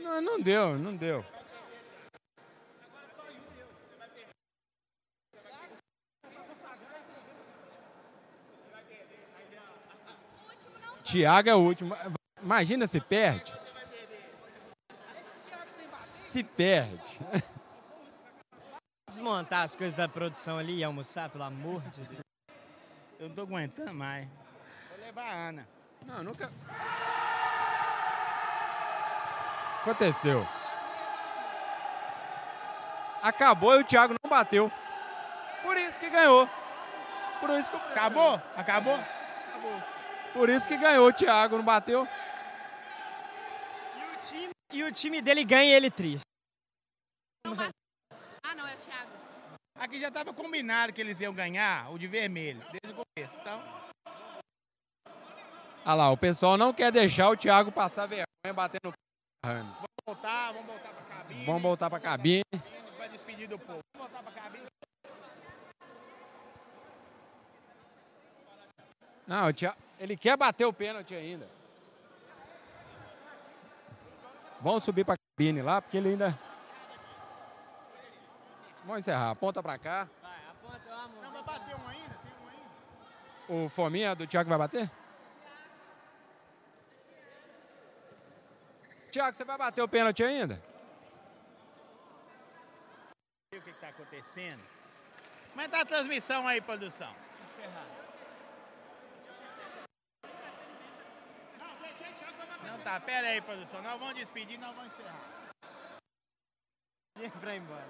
Não, não deu, não deu. Thiago é o último. Imagina se perde. Se perde. Desmontar as coisas da produção ali e almoçar, pelo amor de Deus. Eu não tô aguentando mais. Vou levar a Ana. Não, nunca. Aconteceu. Acabou e o Thiago não bateu. Por isso que ganhou. Por isso que Acabou? Acabou? Por isso que ganhou o Thiago, não bateu? e o time dele ganha e ele triste. Ah, não, é o Thiago. Aqui já estava combinado que eles iam ganhar o de vermelho, desde o começo. Então, Olha lá, o pessoal não quer deixar o Thiago passar vergonha batendo o vamos voltar, vamos voltar pra cabine. Vamos voltar pra cabine. Vai despedir do povo. Vamos voltar pra cabine. Não, o Thiago, ele quer bater o pênalti ainda. Vamos subir pra cabine lá, porque ele ainda... Vamos encerrar, aponta pra cá. Não, mas bateu um ainda? Tem um ainda? O Fominha do Thiago vai bater? Thiago, você vai bater o pênalti ainda? Viu o que está acontecendo? Mas tá a transmissão aí, produção. Não tá, pera aí, produção. Nós vamos despedir, nós vamos encerrar. Vai embora.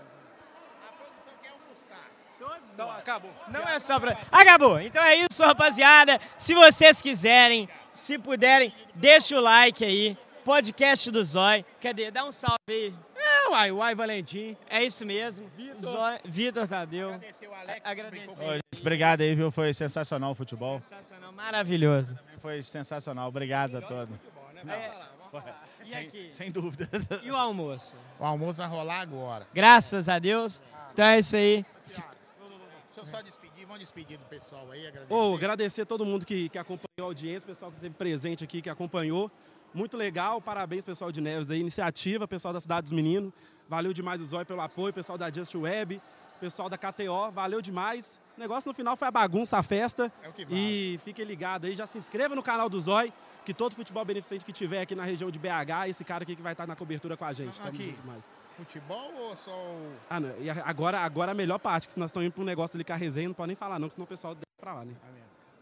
A produção quer almoçar. Todos Então, acabou. Não é só pra... Acabou. Então é isso, rapaziada. Se vocês quiserem, se puderem, deixa o like aí. Podcast do Zói. Cadê? Dá um salve aí. É, uai, uai, Valentim. É isso mesmo. Zói- Vitor Tadeu. Agradecer o Alex. Agradecer. Ô, gente, obrigado aí, viu? Foi sensacional o futebol. Sensacional, maravilhoso. Foi sensacional. Obrigado a todos. é E aqui? Sem dúvida. E o almoço? O almoço vai rolar agora. Graças a Deus. Então é isso aí. É. Deixa eu só despedir, vamos despedir do pessoal aí, agradecer. Ô, agradecer a todo mundo que, que acompanhou a audiência, pessoal que esteve presente aqui, que acompanhou. Muito legal, parabéns pessoal de Neves aí, iniciativa, pessoal da Cidade dos Meninos. Valeu demais o Zóio pelo apoio, pessoal da Just Web, pessoal da KTO, valeu demais. O negócio no final foi a bagunça, a festa. É o que E fiquem ligados aí, já se inscreva no canal do Zói, que todo futebol beneficente que tiver aqui na região de BH, esse cara aqui que vai estar na cobertura com a gente. Tamo Aqui. junto demais. Futebol ou só o. Ah, não, e a- agora, agora a melhor parte, que se nós estamos indo para um negócio ali com a resenha, não pode nem falar não, que senão o pessoal deixa pra lá, né?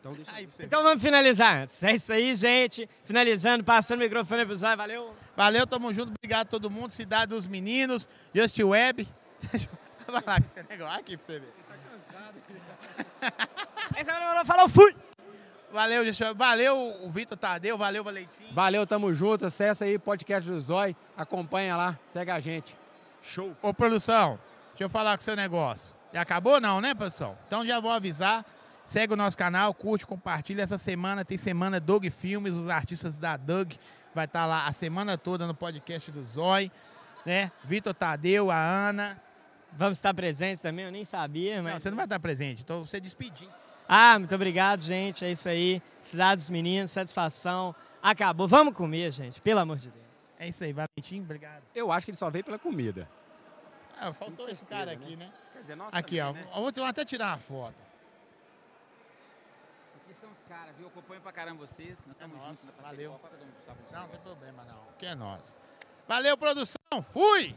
Então deixa Então vamos finalizar. antes. É isso aí, gente. Finalizando, passando o microfone pro Zói. Valeu. Valeu, tamo junto, obrigado a todo mundo. Cidade dos Meninos, Just Web. vai lá com esse negócio aqui pra você ver. Essa hora eu vou falar, eu fui! Valeu, Just Web. Valeu o Vitor Tadeu, valeu, Valentim. Valeu, tamo junto. Acessa aí o podcast do Zói. Acompanha lá, segue a gente. Show. Ô, produção, deixa eu falar com o seu negócio. Já acabou não, né, produção? Então já vou avisar. Segue o nosso canal, curte, compartilha. Essa semana tem semana Doug Filmes, os artistas da Doug vai estar lá a semana toda no podcast do Zói, né? Vitor Tadeu, a Ana. Vamos estar presentes também, eu nem sabia, mas... Não, você não vai estar presente, então você despedir. Ah, muito obrigado, gente. É isso aí. Cidade dos Meninos, satisfação. Acabou. Vamos comer, gente. Pelo amor de Deus. É isso aí, Valentim, obrigado. Eu acho que ele só veio pela comida. Ah, faltou esse cara aqui, né? Quer dizer, nós Aqui, ó. também, né? Eu Vou eu vou até tirar uma foto. Aqui são os caras, viu? Eu acompanho pra caramba vocês. Nós estamos juntos. É Valeu. Não, não tem problema, não. Que é nós. Valeu, produção. Fui!